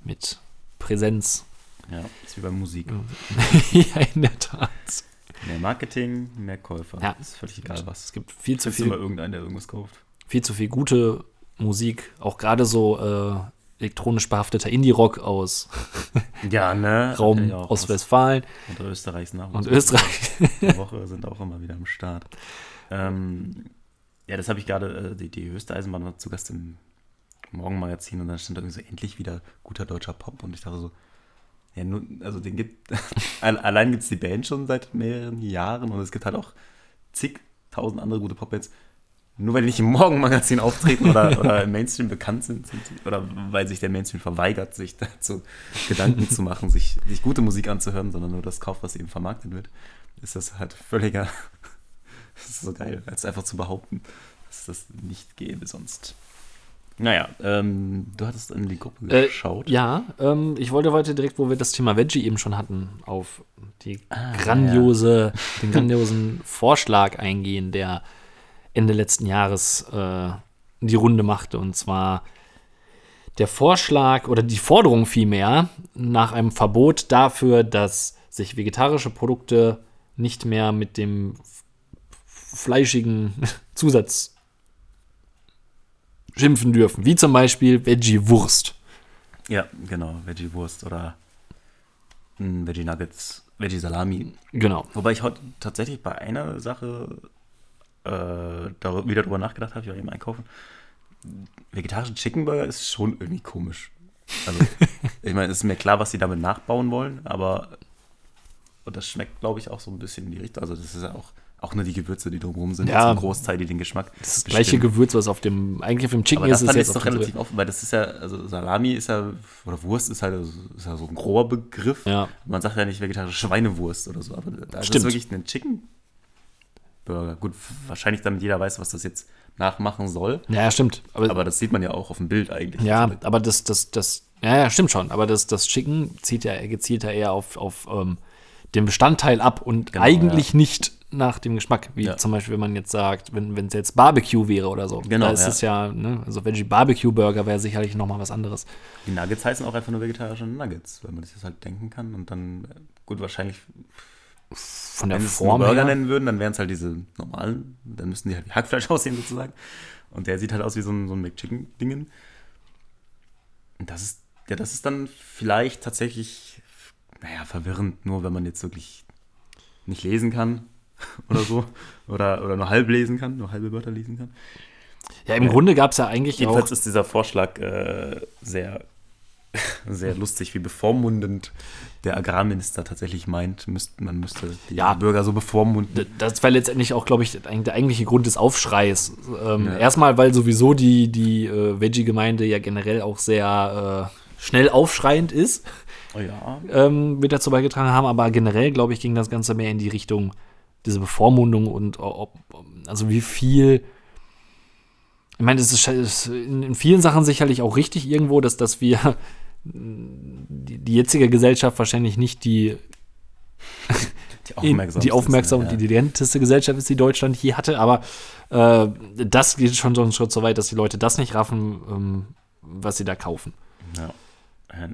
C: mit Präsenz.
D: Ja, ist wie bei Musik.
C: ja, in der Tat.
D: Mehr Marketing, mehr Käufer.
C: Ja.
D: Ist völlig egal was.
C: Es gibt viel zu
D: Findest immer
C: viel,
D: irgendeinen, der irgendwas kauft.
C: viel zu viel gute Musik, auch gerade so äh, elektronisch behafteter Indie-Rock aus
D: Ja, ne?
C: Raum
D: Ja, auch
C: aus Westfalen
D: Und Österreichs Nachwuchs.
C: und Österreich.
D: der Woche sind auch immer wieder am Start. Ähm, ja, das habe ich gerade, äh, die, die höchste Eisenbahn war zu Gast im Morgenmagazin und dann stand irgendwie so endlich wieder guter deutscher Pop und ich dachte so, ja, nur, also den gibt, alle- allein gibt es die Band schon seit mehreren Jahren und es gibt halt auch zigtausend andere gute Popbands. Nur weil die nicht im Morgenmagazin auftreten oder, oder im Mainstream bekannt sind, sind sie- oder weil sich der Mainstream verweigert, sich dazu Gedanken zu machen, sich, sich gute Musik anzuhören, sondern nur das kauft, was eben vermarktet wird, ist das halt völliger. Das ist so geil, als einfach zu behaupten, dass das nicht gäbe sonst. Naja, ähm, du hattest in die Gruppe
C: Äh,
D: geschaut.
C: Ja, ähm, ich wollte heute direkt, wo wir das Thema Veggie eben schon hatten, auf die grandiose, den grandiosen Vorschlag eingehen, der Ende letzten Jahres äh, die Runde machte. Und zwar der Vorschlag oder die Forderung vielmehr nach einem Verbot dafür, dass sich vegetarische Produkte nicht mehr mit dem f- fleischigen Zusatz schimpfen dürfen, wie zum Beispiel Veggie-Wurst.
D: Ja, genau, Veggie-Wurst oder mm, Veggie-Nuggets, Veggie-Salami.
C: Genau.
D: Wobei ich heute tatsächlich bei einer Sache äh, dar wieder drüber nachgedacht habe, ich war eben einkaufen. Vegetarischen Chicken Burger ist schon irgendwie komisch. Also, ich meine, es ist mir klar, was sie damit nachbauen wollen, aber und das schmeckt, glaube ich, auch so ein bisschen in die Richtung. Also, das ist ja auch, auch nur die Gewürze, die drumherum sind,
C: Ja.
D: zum Großteil, die den Geschmack.
C: Das ist das gleiche
D: bestimmen.
C: Gewürz, was auf dem, eigentlich auf dem Chicken
D: Aber das
C: ist, ist
D: fand ich
C: jetzt auf
D: doch
C: dem
D: relativ offen, weil das ist ja, also Salami ist ja, oder Wurst ist halt so- ist ja so ein grober Begriff.
C: Ja.
D: Man sagt ja nicht vegetarische Schweinewurst oder so, aber da ist
C: Stimmt.
D: wirklich ein Chicken Burger. Gut, wahrscheinlich damit jeder weiß, was das jetzt nachmachen soll,
C: Ja, stimmt. Aber,
D: aber das sieht man ja auch auf dem Bild eigentlich. Also
C: ja, aber das, das, das, ja, ja, stimmt schon. Aber das, das Chicken zieht ja gezielt ja eher auf, auf ähm, den Bestandteil ab und eigentlich nicht nach dem Geschmack. Wie
D: Genau, Ja.
C: zum Beispiel, wenn man jetzt sagt, wenn wenn es jetzt Barbecue wäre oder so.
D: Genau,
C: Da ist
D: ja.
C: es ja, ne, also Veggie Barbecue Burger wäre sicherlich nochmal was anderes.
D: Die Nuggets heißen auch einfach nur vegetarische Nuggets, weil man sich das halt denken kann und dann, äh, gut, wahrscheinlich,
C: Von der
D: wenn sie es nur
C: Form
D: Burger
C: her.
D: nennen würden, dann wären es halt diese normalen, dann müssten die halt wie Hackfleisch aussehen sozusagen. Und der sieht halt aus wie so ein, so ein McChicken-Dingen. Und das ist, ja, das ist dann vielleicht tatsächlich, naja, verwirrend, nur wenn man jetzt wirklich nicht lesen kann oder so. oder, oder nur halb lesen kann, nur halbe Wörter lesen kann.
C: Ja, im Grunde gab es ja eigentlich auch.
D: Jedenfalls ist dieser Vorschlag äh, sehr, sehr lustig, wie bevormundend der Agrarminister tatsächlich meint, müsst, man müsste die
C: Ja.
D: Bürger so bevormunden.
C: Das war letztendlich auch, glaube ich, der eig- der eigentliche Grund des Aufschreis. Ähm, Erstmal, weil sowieso die, die äh, Veggie-Gemeinde ja generell auch sehr äh, schnell aufschreiend ist,
D: Oh ja.
C: ähm, mit dazu beigetragen haben. Aber generell, glaube ich, ging das Ganze mehr in die Richtung diese Bevormundung und ob, also wie viel. Ich meine, es ist sche- es ist in in vielen Sachen sicherlich auch richtig irgendwo, dass, dass wir mh, die, die jetzige Gesellschaft wahrscheinlich nicht die
D: Die
C: die aufmerksam und
D: ja.
C: intelligenteste Gesellschaft ist, die Deutschland je hatte. Aber äh, das geht schon so einen Schritt so weit, dass die Leute das nicht raffen, ähm, was sie da kaufen.
D: Ja. Ähm,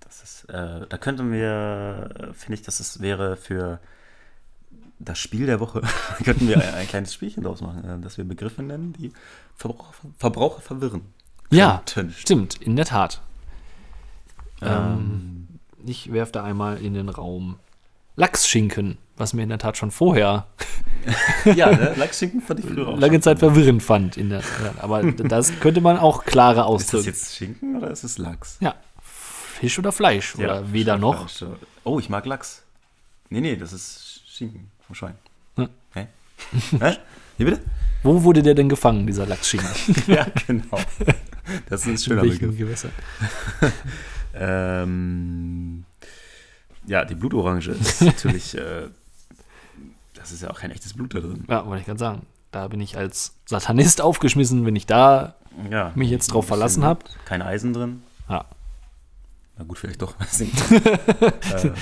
D: Das ist, äh, da könnten wir, äh, finde ich, dass es wäre für das Spiel der Woche, könnten wir ein, ein kleines Spielchen draus machen, äh, dass wir Begriffe nennen, die Verbraucher, Verbraucher verwirren.
C: Ja,
D: Könnten.
C: stimmt, in der Tat. Ähm, ich werfe da einmal in den Raum Lachsschinken, was mir in der Tat schon vorher
D: Ja, ne? Lachsschinken fand ich früher auch.
C: Ähm. lange
D: schon.
C: Zeit verwirrend fand. In der, ja, aber das könnte man auch klarer
D: Ist das
C: ausdrücken.
D: jetzt Schinken oder ist es Lachs?
C: Ja, Fisch oder Fleisch oder weder noch.
D: Falsch, ja. Oh, ich mag Lachs. Nee, nee, das ist Schinken vom Schwein.
C: Hm.
D: Hä? Hä? Wie bitte?
C: Wo wurde der denn gefangen, dieser Lachsschinken?
D: ja, genau. Das ist ein
C: In
D: schöner Begriff.
C: welchen Gewässern?
D: Ähm, ja, die Blutorange ist natürlich. äh, das ist ja auch kein echtes Blut da drin.
C: Ja, wollte ich gerade sagen. Da bin ich als Satanist aufgeschmissen, wenn ich da.
D: Ja.
C: Mich jetzt drauf
D: Ein bisschen
C: verlassen hab.
D: Kein Eisen drin.
C: Ja.
D: Na gut, vielleicht doch. Weiß nicht. äh,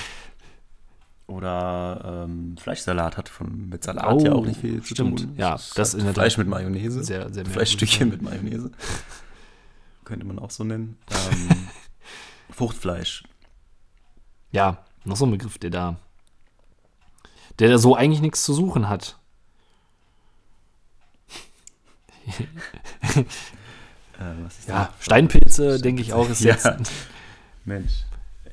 D: Oder ähm, Fleischsalat hat von, mit Salat
C: Oh,
D: ja auch nicht viel
C: stimmt.
D: zu tun.
C: Ja,
D: Es ist
C: das
D: halt
C: in der
D: Fleisch
C: Tat
D: mit Mayonnaise.
C: sehr, sehr merkwürdig.
D: Fleischstückchen mit Mayonnaise. Könnte man auch so nennen. Ähm, Fruchtfleisch.
C: Ja, noch so ein Begriff, der da. Der da so eigentlich nichts zu suchen hat.
D: Äh, was ist
C: Ja,
D: das?
C: Steinpilze, denke ich auch, ist
D: Ja.
C: jetzt.
D: Mensch.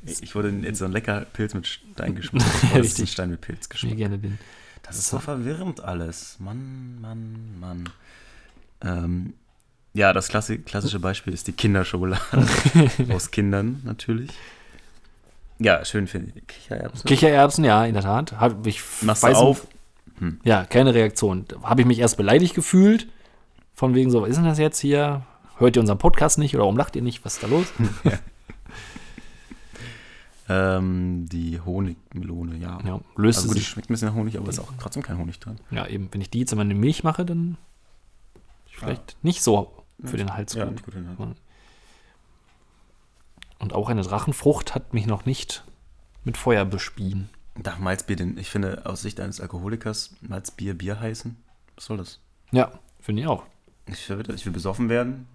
D: Ich ich wurde in so einen lecker Pilz mit Stein geschmissen. Aber das ist ein
C: Richtig.
D: Stein mit Pilz
C: Mir
D: geschmissen.
C: gerne bin.
D: Das ist so verwirrend alles. Mann, Mann, Mann. Ähm, ja, das klassi klassische Beispiel ist die Kinderschokolade. Aus Kindern natürlich. Ja, schön finde ich. Kichererbsen.
C: Kichererbsen, ja, in der Tat. Hab ich
D: Machst du
C: weiß-
D: auf.
C: Ja, keine Reaktion. Habe ich mich erst beleidigt gefühlt. Von wegen so, was ist denn das jetzt hier? Hört ihr unseren Podcast nicht oder warum lacht ihr nicht? Was ist da los?
D: Hm. Ähm, die Honigmelone, ja.
C: Ja, löst
D: also gut, die
C: sich.
D: schmeckt ein bisschen nach Honig, aber ist auch trotzdem kein Honig dran.
C: Ja, eben, wenn ich die jetzt immer in die Milch mache, dann vielleicht nicht so für den Hals
D: Ja,
C: gut.
D: nicht gut, ja.
C: Und auch eine Drachenfrucht hat mich noch nicht mit Feuer bespien.
D: Darf Malzbier denn, ich finde, aus Sicht eines Alkoholikers, Malzbier Bier heißen? Was soll das?
C: Ja, finde ich auch.
D: Ich, verwirrt, ich will besoffen werden.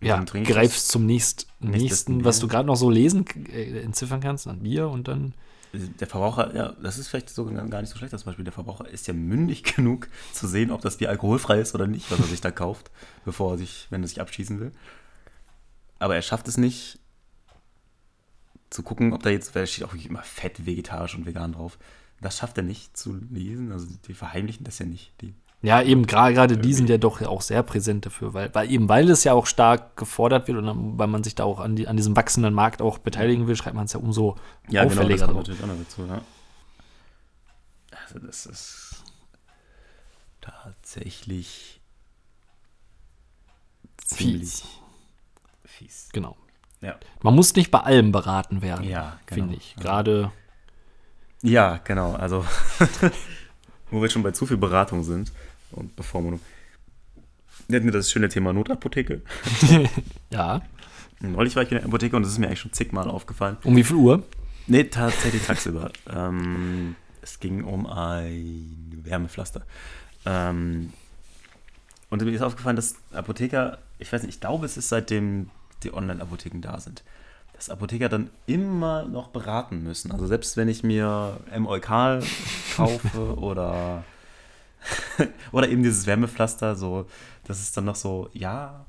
C: Ja,
D: Dann trinke ich
C: greifst zum nächst,
D: Nächstes
C: nächsten,
D: Bier.
C: was du gerade noch so lesen, äh, entziffern kannst, an Bier und dann.
D: Der Verbraucher, ja, das ist vielleicht sogar gar nicht so schlecht, das Beispiel. Der Verbraucher ist ja mündig genug zu sehen, ob das Bier alkoholfrei ist oder nicht, was er sich da kauft, bevor er sich, wenn er sich abschießen will. Aber er schafft es nicht, zu gucken, ob da jetzt, weil da steht auch wirklich immer fett, vegetarisch und vegan drauf. Das schafft er nicht zu lesen, also die verheimlichen das ja nicht. Die,
C: Ja, eben gra- gerade die sind ja doch auch sehr präsent dafür, weil, weil eben weil es ja auch stark gefordert wird und dann, weil man sich da auch an, die, an diesem wachsenden Markt auch beteiligen will, schreibt man es ja umso
D: genau,
C: auffälliger drauf.
D: auch noch dazu, ja. Also das ist tatsächlich
C: Fies.
D: fies.
C: Genau.
D: Ja.
C: Man muss nicht bei allem beraten werden,
D: Ja, genau.
C: finde ich. Gerade
D: ja, genau. Also, wo wir schon bei zu viel Beratung sind und Bevormundung. Wir hatten das schöne Thema Notapotheke.
C: ja.
D: Neulich war ich in der Apotheke und das ist mir eigentlich schon zigmal aufgefallen.
C: Um wie viel Uhr?
D: Nee, tatsächlich tagsüber. ähm, es ging um ein Wärmepflaster. Ähm, und mir ist aufgefallen, dass Apotheker, ich weiß nicht, ich glaube, es ist seitdem die Online-Apotheken da sind, dass Apotheker dann immer noch beraten müssen. Also selbst wenn ich mir M. Eukal kaufe oder, oder eben dieses Wärmepflaster, so, das ist dann noch so, ja,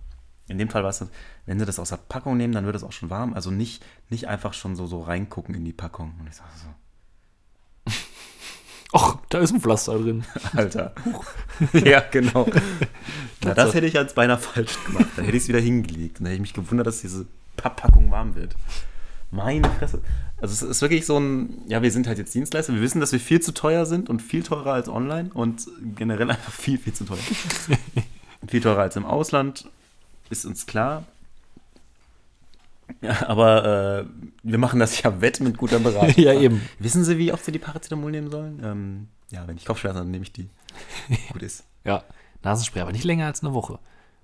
D: in dem Fall war es, dann, wenn sie das aus der Packung nehmen, dann wird es auch schon warm. Also nicht, nicht einfach schon so, so reingucken in die Packung. Und ich sage so,
C: Och, da ist ein Pflaster drin.
D: Alter. ja, genau. Na, das
C: Tatsache.
D: hätte ich als beinahe falsch gemacht. Dann hätte ich es wieder hingelegt. Dann hätte ich mich gewundert, dass diese Packung warm wird. Meine Fresse. Also es ist wirklich so ein, ja, wir sind halt jetzt Dienstleister. Wir wissen, dass wir viel zu teuer sind und viel teurer als online und generell einfach viel, viel zu teuer. viel teurer als im Ausland, ist uns klar. Ja, aber äh, wir machen das ja wett mit guter Beratung.
C: Ja, eben.
D: Wissen Sie, wie oft Sie die Paracetamol nehmen sollen? Ähm, ja, wenn ich Kopfschmerzen habe, nehme ich die. Gut ist.
C: Ja. Nasenspray, aber nicht länger als eine Woche.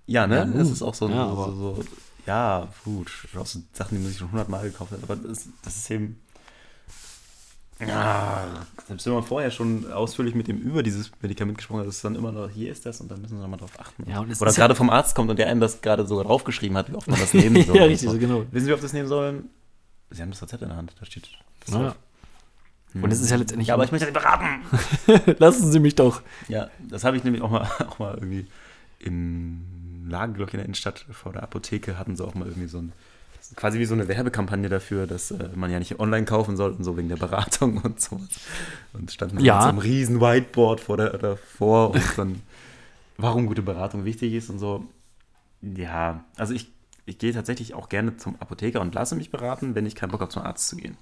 D: Ja, ne?
C: Ja, nun.
D: das ist auch so,
C: Ja,
D: so,
C: aber-
D: so, so. Ja, gut. Auch so Sachen, die man sich schon hundertmal gekauft hat. Aber das, das ist eben. Ah, selbst wenn man vorher schon ausführlich mit dem über dieses Medikament gesprochen hat, ist es dann immer noch, hier ist das und dann müssen wir nochmal drauf achten.
C: Ja, und es
D: Oder
C: ist ja-
D: gerade vom Arzt kommt und der einem das gerade sogar draufgeschrieben hat, wie oft man das nehmen soll.
C: Ja,
D: Und
C: richtig,
D: so.
C: so genau.
D: Wissen Sie, wie oft das nehmen sollen? Sie haben das Rezept in der Hand, da steht. das
C: Ja.
D: drauf.
C: Ne? Und es ist ja letztendlich.
D: Ja, aber ich möchte halt Sie beraten.
C: Lassen Sie mich doch.
D: Ja, das habe ich nämlich auch mal, auch mal irgendwie im Laden, glaube ich, in der Innenstadt vor der Apotheke hatten sie auch mal irgendwie so ein, quasi wie so eine Werbekampagne dafür, dass äh, man ja nicht online kaufen sollte und so wegen der Beratung und sowas. Und standen dann
C: Ja.
D: mit so einem riesen Whiteboard vor der, davor und dann, warum gute Beratung wichtig ist und so. Ja, also ich, ich gehe tatsächlich auch gerne zum Apotheker und lasse mich beraten, wenn ich keinen Bock habe, zum Arzt zu gehen.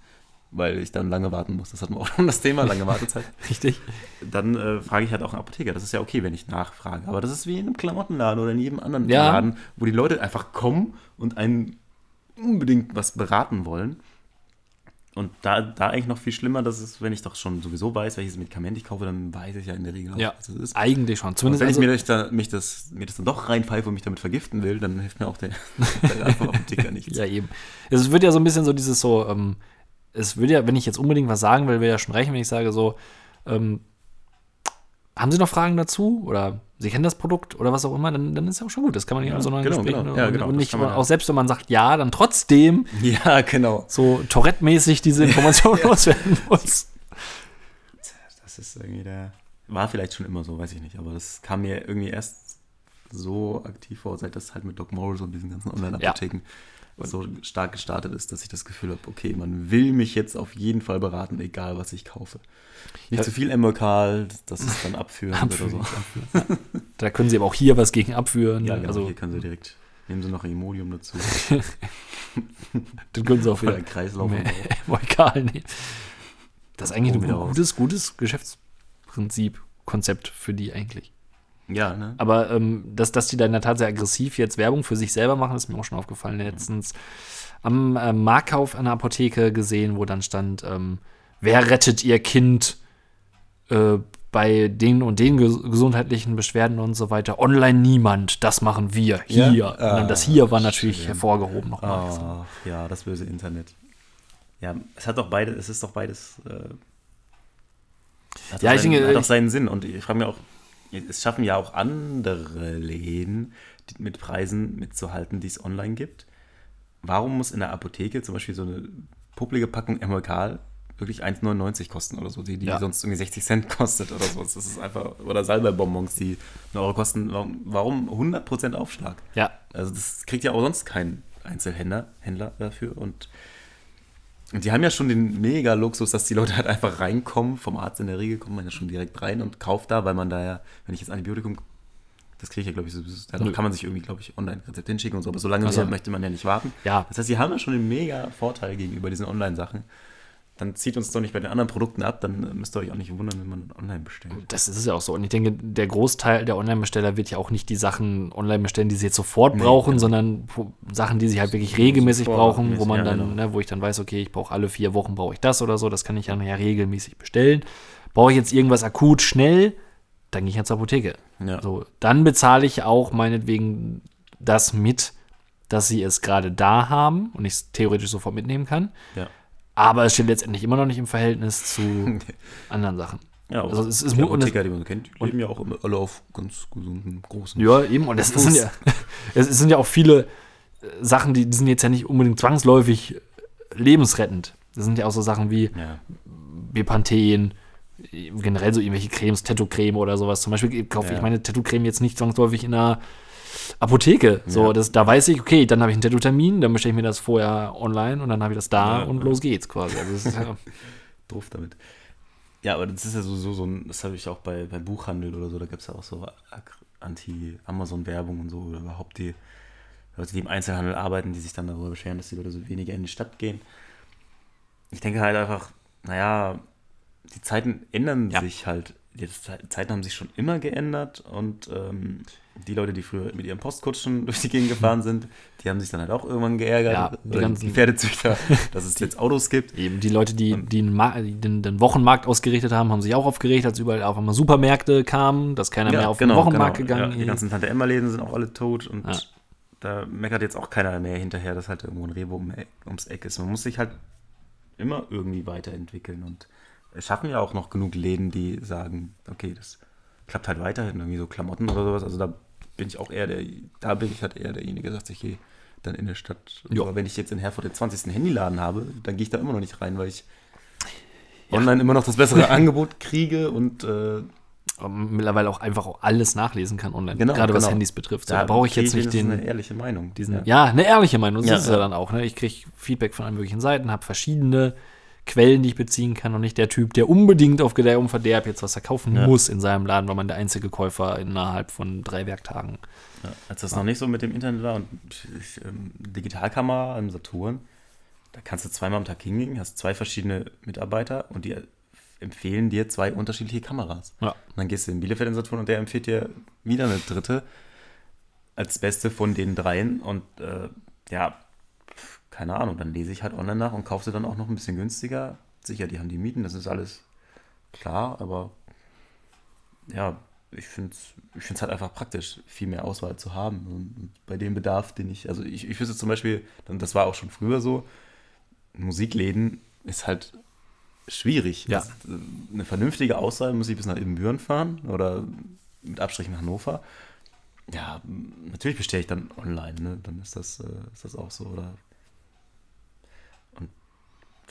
D: Weil ich dann lange warten muss. Das hatten wir auch schon das Thema, lange Wartezeit
C: Richtig.
D: dann äh, frage ich halt auch einen Apotheker. Das ist ja okay, wenn ich nachfrage. Aber das ist wie in einem Klamottenladen oder in jedem anderen
C: Ja.
D: Laden, wo die Leute einfach kommen und einen unbedingt was beraten wollen. Und da, da eigentlich noch viel schlimmer, das ist, wenn ich doch schon sowieso weiß, welches Medikament ich kaufe, dann weiß ich ja in der Regel auch,
C: Ja,
D: was es ist.
C: eigentlich schon.
D: Und
C: Zumindest
D: wenn ich
C: also,
D: mir, das, da, mich das, mir das dann doch reinpfeife und mich damit vergiften will, dann hilft mir auch der, der Apotheker nicht.
C: ja, eben. Es wird ja so ein bisschen so dieses so, ähm, es würde ja, wenn ich jetzt unbedingt was sagen will, wäre ja schon reichen, wenn ich sage so, ähm, haben Sie noch Fragen dazu? Oder Sie kennen das Produkt oder was auch immer, dann, dann ist ja auch schon gut. Das kann man nicht
D: Ja,
C: immer so
D: genau,
C: Gespräch
D: genau.
C: und,
D: Ja, genau,
C: und
D: das
C: nicht,
D: kann man
C: immer-
D: ja.
C: auch selbst wenn man sagt ja, dann trotzdem
D: Ja, genau.
C: so Tourette-mäßig diese Information loswerden muss.
D: Das ist irgendwie der. War vielleicht schon immer so, weiß ich nicht, aber das kam mir irgendwie erst so aktiv vor, seit das halt mit Doc Morris und diesen ganzen Online-Apotheken so stark gestartet ist, dass ich das Gefühl habe, okay, man will mich jetzt auf jeden Fall beraten, egal was ich kaufe. Nicht zu viel Emmerkal, das ist dann abführen oder so.
C: Da können Sie aber auch hier was gegen abführen.
D: Ja, genau,
C: also,
D: hier können sie direkt, nehmen sie noch Imodium dazu
C: dann können Sie auch wieder
D: oder Kreislauf.
C: Nee, Molkal, nee. Das ist eigentlich
D: Oh,
C: ein
D: wieder raus.
C: gutes, gutes Geschäftsprinzip, Konzept für die eigentlich.
D: Ja, ne?
C: Aber ähm, dass, dass die dann in der Tat sehr aggressiv jetzt Werbung für sich selber machen, ist mir auch schon aufgefallen. Letztens am äh, Marktkauf einer Apotheke gesehen, wo dann stand, ähm, wer rettet ihr Kind äh, bei den und den ges gesundheitlichen Beschwerden und so weiter? Online niemand, das machen wir hier.
D: Ja?
C: und dann das hier war natürlich hervorgehoben
D: Ah,
C: nochmal.
D: Ach, ja, das böse Internet. Ja, es hat doch beides, es ist doch beides. Äh, hat
C: Ja,
D: doch
C: ich
D: seinen,
C: denke,
D: hat doch
C: ich-
D: seinen Sinn. Und ich frage mich auch, es schaffen ja auch andere Läden, die, mit Preisen mitzuhalten, die es online gibt. Warum muss in der Apotheke zum Beispiel so eine publige Packung Emolkal wirklich 1,99 kosten oder so, die, die
C: Ja.
D: sonst irgendwie 60 Cent kostet oder so. Das ist einfach, oder Salbeibonbons, die 1 Euro kosten. Warum, warum 100% Aufschlag?
C: Ja,
D: Also das kriegt ja auch sonst kein Einzelhändler Händler dafür. Und, und die haben ja schon den Mega-Luxus, dass die Leute halt einfach reinkommen. Vom Arzt in der Regel kommt man ja schon direkt rein und kauft da, weil man da ja, wenn ich jetzt Antibiotikum, das kriege ich ja, glaube ich, so, ja,
C: Nö.
D: doch, kann man sich irgendwie, glaube ich, online Rezept hinschicken und so. Aber so lange
C: Ach so.
D: möchte man ja nicht warten.
C: Ja.
D: Das heißt, die haben ja schon den Mega-Vorteil gegenüber diesen Online-Sachen. Dann zieht uns doch nicht bei den anderen Produkten ab, dann müsst ihr euch auch nicht wundern, wenn man online bestellt.
C: Das ist es ja auch so. Und ich denke, der Großteil der Online-Besteller wird ja auch nicht die Sachen online bestellen, die sie jetzt sofort brauchen, sondern pro- Sachen, die sie halt wirklich regelmäßig brauchen, wo man
D: ja,
C: dann,
D: genau.
C: ne, wo ich dann weiß, okay, ich brauche alle vier Wochen brauche ich das oder so, das kann ich dann ja regelmäßig bestellen. Brauche ich jetzt irgendwas akut schnell, dann gehe ich ja zur Apotheke.
D: Ja.
C: So, dann bezahle ich auch meinetwegen das mit, dass sie es gerade da haben und ich es theoretisch sofort mitnehmen kann.
D: Ja.
C: Aber es steht letztendlich immer noch nicht im Verhältnis zu anderen Sachen.
D: Ja,
C: also es ist
D: die
C: mu- und es-
D: Apotheker, die man kennt, die leben ja auch immer alle auf ganz gesunden, großen.
C: Ja, eben. Und es
D: Fuß.
C: sind ja, es sind ja auch viele äh, Sachen, die, die sind jetzt ja nicht unbedingt zwangsläufig äh, lebensrettend. Das sind ja auch so Sachen wie
D: Ja.
C: Bepanthen, äh, generell so irgendwelche Cremes, Tattoo-Creme oder sowas. Zum Beispiel kaufe ich
D: Ja.
C: meine Tattoo-Creme jetzt nicht zwangsläufig in einer Apotheke. So,
D: Ja.
C: das, da weiß ich, okay, dann habe ich einen Tattoo-Termin, dann bestelle ich mir das vorher online und dann habe ich das da
D: Ja,
C: und
D: ja.
C: los geht's quasi. Also, das ist ja,
D: doof damit. Ja, aber das ist ja sowieso so ein, das habe ich auch bei, bei Buchhandel oder so, da gab es ja auch so Ag- Anti-Amazon-Werbung und so, oder überhaupt die Leute, die im Einzelhandel arbeiten, die sich dann darüber beschweren, dass die Leute so weniger in die Stadt gehen. Ich denke halt einfach, naja, die Zeiten ändern
C: Ja.
D: sich halt. Die Ze- Zeiten haben sich schon immer geändert und ähm, die Leute, die früher mit ihren Postkutschen durch die Gegend gefahren sind, die haben sich dann halt auch irgendwann geärgert.
C: Ja, die
D: Oder die
C: ganzen-
D: ganzen Pferdezüchter, dass es jetzt Autos gibt.
C: Eben, die Leute, die, die, den, Ma- die den, den Wochenmarkt ausgerichtet haben, haben sich auch aufgeregt, als überall auf einmal Supermärkte kamen, dass keiner mehr auf den Wochenmarkt gegangen
D: genau, Ja, die
C: ist.
D: ganzen Tante Emma-Läden sind auch alle tot und
C: Ja.
D: da meckert jetzt auch keiner mehr hinterher, dass halt irgendwo ein Rewe um, ums Eck ist. Man muss sich halt immer irgendwie weiterentwickeln und es schaffen ja auch noch genug Läden, die sagen, okay, das klappt halt weiterhin, irgendwie so Klamotten oder sowas. Also da bin ich auch eher der, da bin ich halt eher derjenige, der sagt, ich gehe dann in der Stadt.
C: Ja.
D: Aber wenn ich jetzt in Herford den 20. Handyladen habe, dann gehe ich da immer noch nicht rein, weil ich online immer noch das bessere Angebot kriege und äh,
C: Aber Mittlerweile auch einfach auch alles nachlesen kann online,
D: Genau,
C: gerade was
D: genau.
C: Handys betrifft. So, da brauche ich
D: kriege
C: jetzt nicht
D: wenigstens eine
C: den.
D: ehrliche Meinung.
C: Diesen, ja.
D: ja.
C: eine ehrliche Meinung, das
D: Ja,
C: ist es ja
D: ja.
C: dann auch. Ne? Ich kriege Feedback von allen möglichen Seiten, habe verschiedene Quellen, die ich beziehen kann und nicht der Typ, der unbedingt auf Gedeih und Verderb jetzt was verkaufen muss in seinem Laden, weil man der einzige Käufer innerhalb von drei Werktagen.
D: Als das noch nicht so mit dem Internet war und ich, ähm, Digitalkamera im Saturn, da kannst du zweimal am Tag hingehen, hast zwei verschiedene Mitarbeiter und die empfehlen dir zwei unterschiedliche Kameras.
C: Ja.
D: Und dann gehst du in Bielefeld in Saturn und der empfiehlt dir wieder eine dritte als beste von den dreien und äh, ja, keine Ahnung, dann lese ich halt online nach und kaufe sie dann auch noch ein bisschen günstiger. Sicher, die haben die Mieten, das ist alles klar, aber ja, ich finde es ich find's halt einfach praktisch, viel mehr Auswahl zu haben. Und, und bei dem Bedarf, den ich, also ich, ich wüsste zum Beispiel, dann- das war auch schon früher so, Musikläden ist halt schwierig.
C: Ja.
D: Das, äh, eine vernünftige Auswahl muss ich bis nach Ibbenbüren fahren oder mit Abstrich nach Hannover. Ja, m, natürlich bestelle ich dann online, ne? dann ist das, äh, ist das auch so. Oder und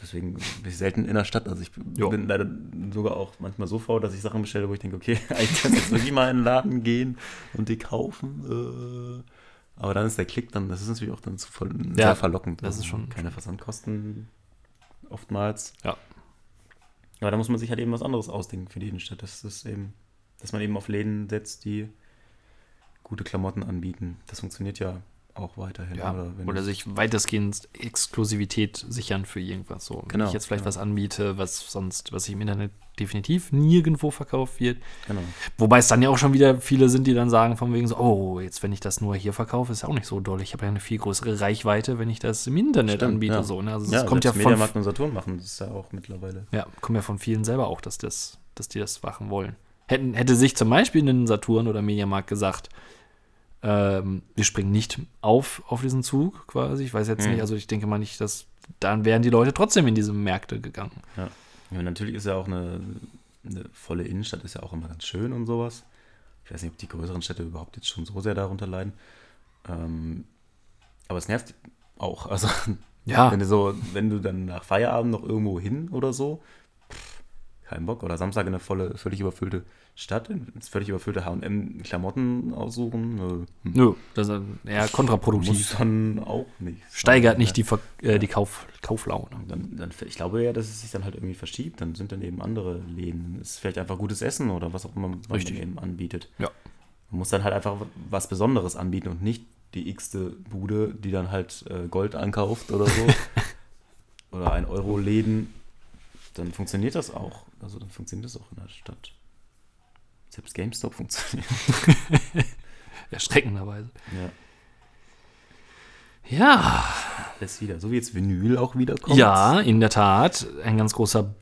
D: deswegen bin ich selten in der Stadt. Also ich b-
C: Jo.
D: bin leider sogar auch manchmal so faul, dass ich Sachen bestelle, wo ich denke, okay, eigentlich kann ich jetzt wirklich mal in den Laden gehen und die kaufen. Äh. Aber dann ist der Klick dann, das ist natürlich auch dann zu voll,
C: Ja,
D: sehr verlockend.
C: das
D: Also
C: ist schon-
D: Keine Versandkosten oftmals.
C: Ja.
D: Aber da muss man sich halt eben was anderes ausdenken für die Innenstadt. Das ist eben, dass man eben auf Läden setzt, die gute Klamotten anbieten. Das funktioniert ja auch weiterhin.
C: Ja, oder,
D: Oder wenn
C: sich weitestgehend Exklusivität sichern für irgendwas. So, wenn
D: Genau,
C: ich jetzt vielleicht
D: genau.
C: was anbiete, was sonst, was ich im Internet definitiv nirgendwo verkauft wird.
D: genau.
C: Wobei es dann ja auch schon wieder viele sind, die dann sagen, von wegen so, oh, jetzt, wenn ich das nur hier verkaufe, ist ja auch nicht so doll. Ich habe ja eine viel größere Reichweite, wenn ich das im Internet anbiete.
D: ja.
C: So, ne? Also,
D: ja,
C: das kommt ja
D: selbst
C: von,
D: Mediamarkt und Saturn machen, das ist ja auch mittlerweile.
C: ja, kommt ja von vielen selber auch, dass, das, dass die das machen wollen. Hätten, hätte sich zum Beispiel ein Saturn oder Mediamarkt gesagt, ähm, wir springen nicht auf, auf diesen Zug quasi. Ich weiß jetzt
D: Hm.
C: nicht, also ich denke mal nicht, dass dann wären die Leute trotzdem in diese Märkte gegangen.
D: Ja, natürlich ist ja auch eine, eine volle Innenstadt, ist ja auch immer ganz schön und sowas. Ich weiß nicht, ob die größeren Städte überhaupt jetzt schon so sehr darunter leiden. Ähm, aber es nervt auch. Also,
C: Ja.
D: wenn du so, wenn du dann nach Feierabend noch irgendwo hin oder so, pff, kein Bock. Oder Samstag in eine volle, völlig überfüllte Stadt, ins völlig überfüllte HM Klamotten aussuchen, nö.
C: Nö, das ist eher kontraproduktiv.
D: Mhm. muss dann auch nicht.
C: Steigert
D: Ja.
C: nicht die, Ver äh, die Kauf Kauflaune.
D: Dann, dann, ich glaube ja, dass es sich dann halt irgendwie verschiebt. Dann sind dann eben andere Läden. Es ist vielleicht einfach gutes Essen oder was auch immer man
C: Richtig.
D: eben anbietet.
C: Ja.
D: Man muss dann halt einfach was Besonderes anbieten und nicht die x-te Bude, die dann halt äh, Gold ankauft oder so. oder ein Euro-Läden. Dann funktioniert das auch. Also dann funktioniert das auch in der Stadt. Selbst GameStop funktioniert.
C: Erschreckenderweise.
D: ja.
C: Ja.
D: Alles wieder. So wie jetzt Vinyl auch wiederkommt.
C: Ja, in der Tat. Ein ganz großer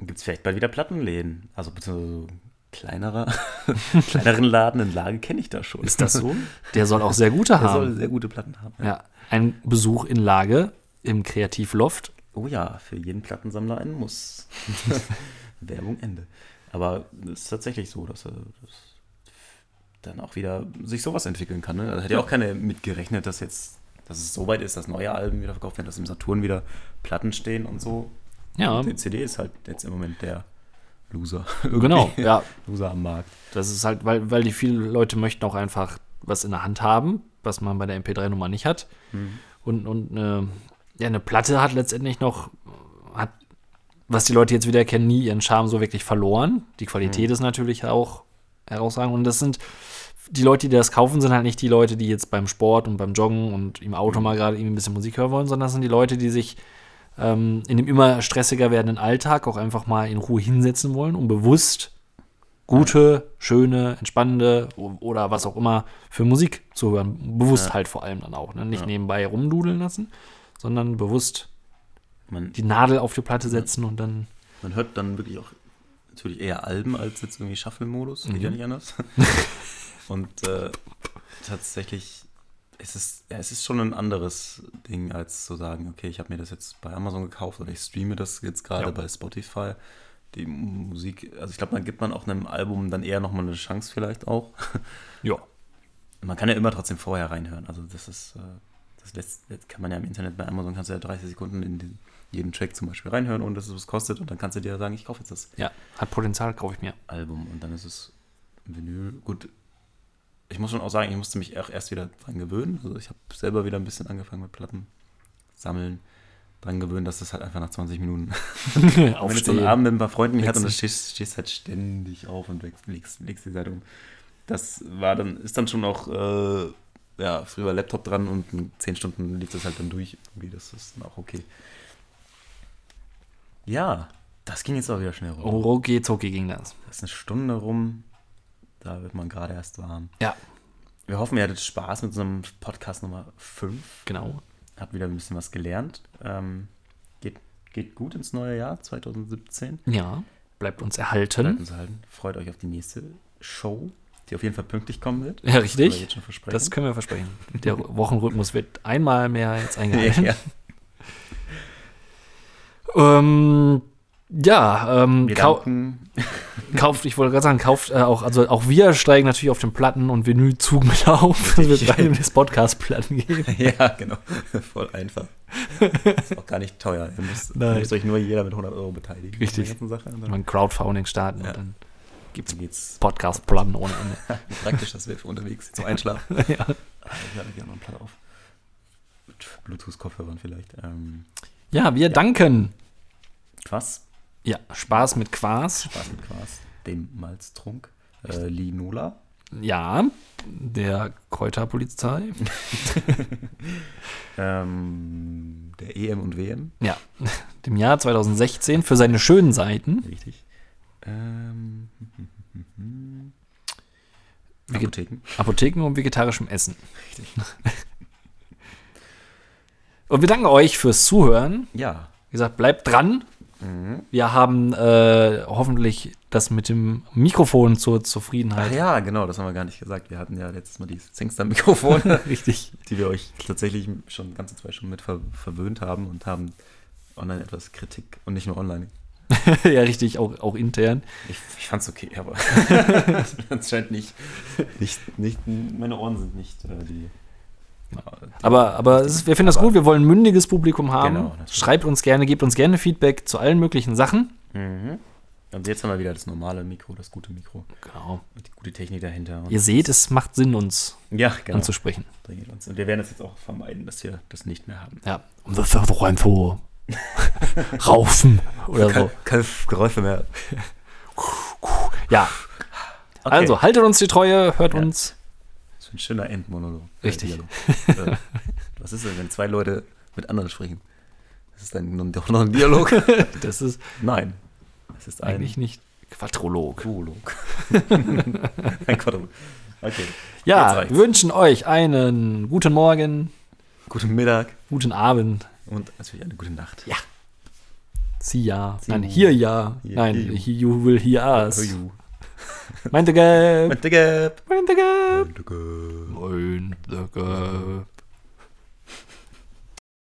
D: Gibt es vielleicht bald wieder Plattenläden? Also beziehungsweise so kleinerer, kleineren Laden in Lage kenne ich da schon.
C: ist das so. Der soll auch sehr gute
D: Der
C: haben.
D: soll sehr gute Platten haben.
C: Ja, ein Besuch in Lage im Kreativloft.
D: Oh ja, für jeden Plattensammler ein Muss. Werbung Ende. Aber es ist tatsächlich so, dass, äh, dass dann auch wieder sich sowas entwickeln kann. Ne? Da hätte ja auch keiner mitgerechnet, dass jetzt, dass es so weit ist, dass neue Alben wieder verkauft werden, dass im Saturn wieder Platten stehen und so.
C: Ja,
D: Und die CD ist halt jetzt im Moment der Loser.
C: genau.
D: Irgendwie.
C: Ja,
D: Loser am Markt.
C: das ist halt, weil, weil die vielen Leute möchten auch einfach was in der Hand haben, was man bei der MP3-Nummer nicht hat. Und, und äh, ja, eine Platte hat letztendlich noch, hat, was die Leute jetzt wieder kennen, nie ihren Charme so wirklich verloren. Die Qualität ist natürlich auch herausragend. Und das sind, die Leute, die das kaufen, sind halt nicht die Leute, die jetzt beim Sport und beim Joggen und im Auto mal gerade irgendwie ein bisschen Musik hören wollen, sondern das sind die Leute, die sich ähm, in dem immer stressiger werdenden Alltag auch einfach mal in Ruhe hinsetzen wollen, um bewusst gute, schöne, entspannende o- oder was auch immer für Musik zu hören. Bewusst halt vor allem dann auch. Ne? Nicht nebenbei rumdudeln lassen, sondern bewusst
D: Man,
C: die Nadel auf die Platte setzen und dann.
D: Man hört dann wirklich auch natürlich eher Alben als jetzt irgendwie Shuffle-Modus, geht ja nicht anders. Und äh, tatsächlich ist es, ja, es ist schon ein anderes Ding, als zu sagen, okay, ich habe mir das jetzt bei Amazon gekauft oder ich streame das jetzt gerade
C: Ja.
D: bei Spotify. Die Musik, also ich glaube, dann gibt man auch einem Album dann eher nochmal eine Chance vielleicht auch.
C: Ja.
D: Man kann ja immer trotzdem vorher reinhören. Also das ist, äh, das lässt, das kann man ja im Internet bei Amazon kannst du ja 30 Sekunden in die, jeden Track zum Beispiel reinhören und dass es was kostet und dann kannst du dir sagen, ich kaufe jetzt das.
C: Ja, hat Potenzial, kaufe ich mir.
D: Album und dann ist es Vinyl. Gut, ich muss schon auch sagen, ich musste mich auch erst wieder dran gewöhnen. Also ich habe selber wieder ein bisschen angefangen mit Platten sammeln, dran gewöhnen, dass das halt einfach nach 20 Minuten. Wenn du so einen Abend mit ein paar Freunden nicht hat und du stehst, stehst halt ständig auf und wechs- legst, legst die Seite um. Das war dann, ist dann schon auch, äh, ja, früher Laptop dran und in 10 Stunden liegt das halt dann durch. Irgendwie, das ist dann auch okay. Ja, das ging jetzt auch wieder schnell rum.
C: Oroki Zoki ging das.
D: Da ist eine Stunde rum. Da wird man gerade erst warm.
C: Ja,
D: Wir hoffen, ihr hattet Spaß mit unserem Podcast Nummer 5.
C: genau.
D: Habt wieder ein bisschen was gelernt. Ähm, geht, geht gut ins neue Jahr 2017.
C: Ja, bleibt uns
D: Bleibt
C: erhalten.
D: uns halten. Freut euch auf die nächste Show, die auf jeden Fall pünktlich kommen wird.
C: Ja,
D: Können wir
C: richtig.
D: jetzt schon versprechen.
C: Das können wir versprechen. Der Wochenrhythmus wird einmal mehr jetzt
D: ja,
C: eingehalten.
D: ja.
C: Ähm, ja, ähm,
D: Wir
C: kau
D: danken.
C: kauft, ich wollte gerade sagen, kauft äh, auch, also auch wir steigen natürlich auf den Platten- und Vinylzug mit auf. Es wird bei des Podcast-Platten geben.
D: Ja, genau. Voll einfach. Ist auch gar nicht teuer. Ihr müsst,
C: Nein.
D: müsst euch nur jeder mit 100 Euro beteiligen. an der
C: Richtig.
D: ganzen Sache. Und dann
C: Man Crowdfunding starten
D: Ja.
C: und dann gibt's
D: geht's
C: Podcast-Platten ohne Ende.
D: praktisch, dass wir für unterwegs zum Einschlafen.
C: ja.
D: Ah, Ich habe hier noch einen Platte auf. Mit Bluetooth-Kopfhörern vielleicht. Ähm,
C: ja, wir danken.
D: Quass.
C: Ja, Spaß mit Quas.
D: Spaß mit Quass. Dem Malztrunk. Äh, Linola.
C: Ja, der Kräuterpolizei.
D: Ähm, der EM und WM.
C: Ja, dem Jahr 2016 für seine schönen Seiten.
D: Richtig. Ähm,
C: Wie geht-
D: Apotheken.
C: Apotheken und vegetarischem Essen. Und wir danken euch fürs Zuhören.
D: Ja.
C: Wie gesagt, bleibt dran. Wir haben äh, hoffentlich das mit dem Mikrofon zur
D: Ach
C: Zufriedenheit.
D: ja, genau, das haben wir gar nicht gesagt. Wir hatten ja letztes Mal die Singster-Mikrofone,
C: Richtig.
D: die wir euch tatsächlich schon ganze zwei Stunden mit ver verwöhnt haben und haben online etwas Kritik und nicht nur online.
C: ja, richtig, auch, auch intern.
D: Ich, ich fand's okay, aber anscheinend nicht, nicht, nicht. Meine Ohren sind nicht äh, die, die.
C: Aber, aber es ist, wir finden das gut, wir wollen ein mündiges Publikum haben.
D: Genau, das stimmt.
C: Schreibt uns gerne, gebt uns gerne Feedback zu allen möglichen Sachen.
D: Mhm. Und jetzt haben wir wieder das normale Mikro, das gute Mikro.
C: Genau.
D: Und die gute Technik dahinter. Und
C: Ihr seht, es macht Sinn, uns
D: ja, genau.
C: anzusprechen.
D: Dringend uns. Und wir werden das jetzt auch vermeiden, dass wir das nicht mehr haben.
C: Ja. Und das ist doch ein so. Raufen oder so.
D: Also, keine Geräusche mehr.
C: Ja.
D: Okay.
C: Also, haltet uns die Treue, hört
D: Ja.
C: uns.
D: Das ist ein schöner Endmonolog. Äh,
C: Richtig.
D: Dialog. äh, was ist denn, wenn zwei Leute mit anderen sprechen? Das ist dann nun doch noch ein Dialog?
C: Das ist
D: Nein. Es ist ein
C: eigentlich nicht Quadrolog.
D: Duolog. ein Quadrolog. Okay. Jetzt
C: Ja,
D: reicht's.
C: wir wünschen euch einen guten Morgen,
D: Guten Mittag
C: guten Abend.
D: und natürlich eine gute Nacht.
C: Ja. See ya.
D: See
C: Nein,
D: you.
C: here ya.
D: Here
C: Nein,
D: you.
C: he- you will hear
D: For
C: us.
D: you.
C: Meinte Gelb.
D: Mit der Gap.
C: Meinte Gelb.
D: Mit der Gap.
C: Meinte Gelb.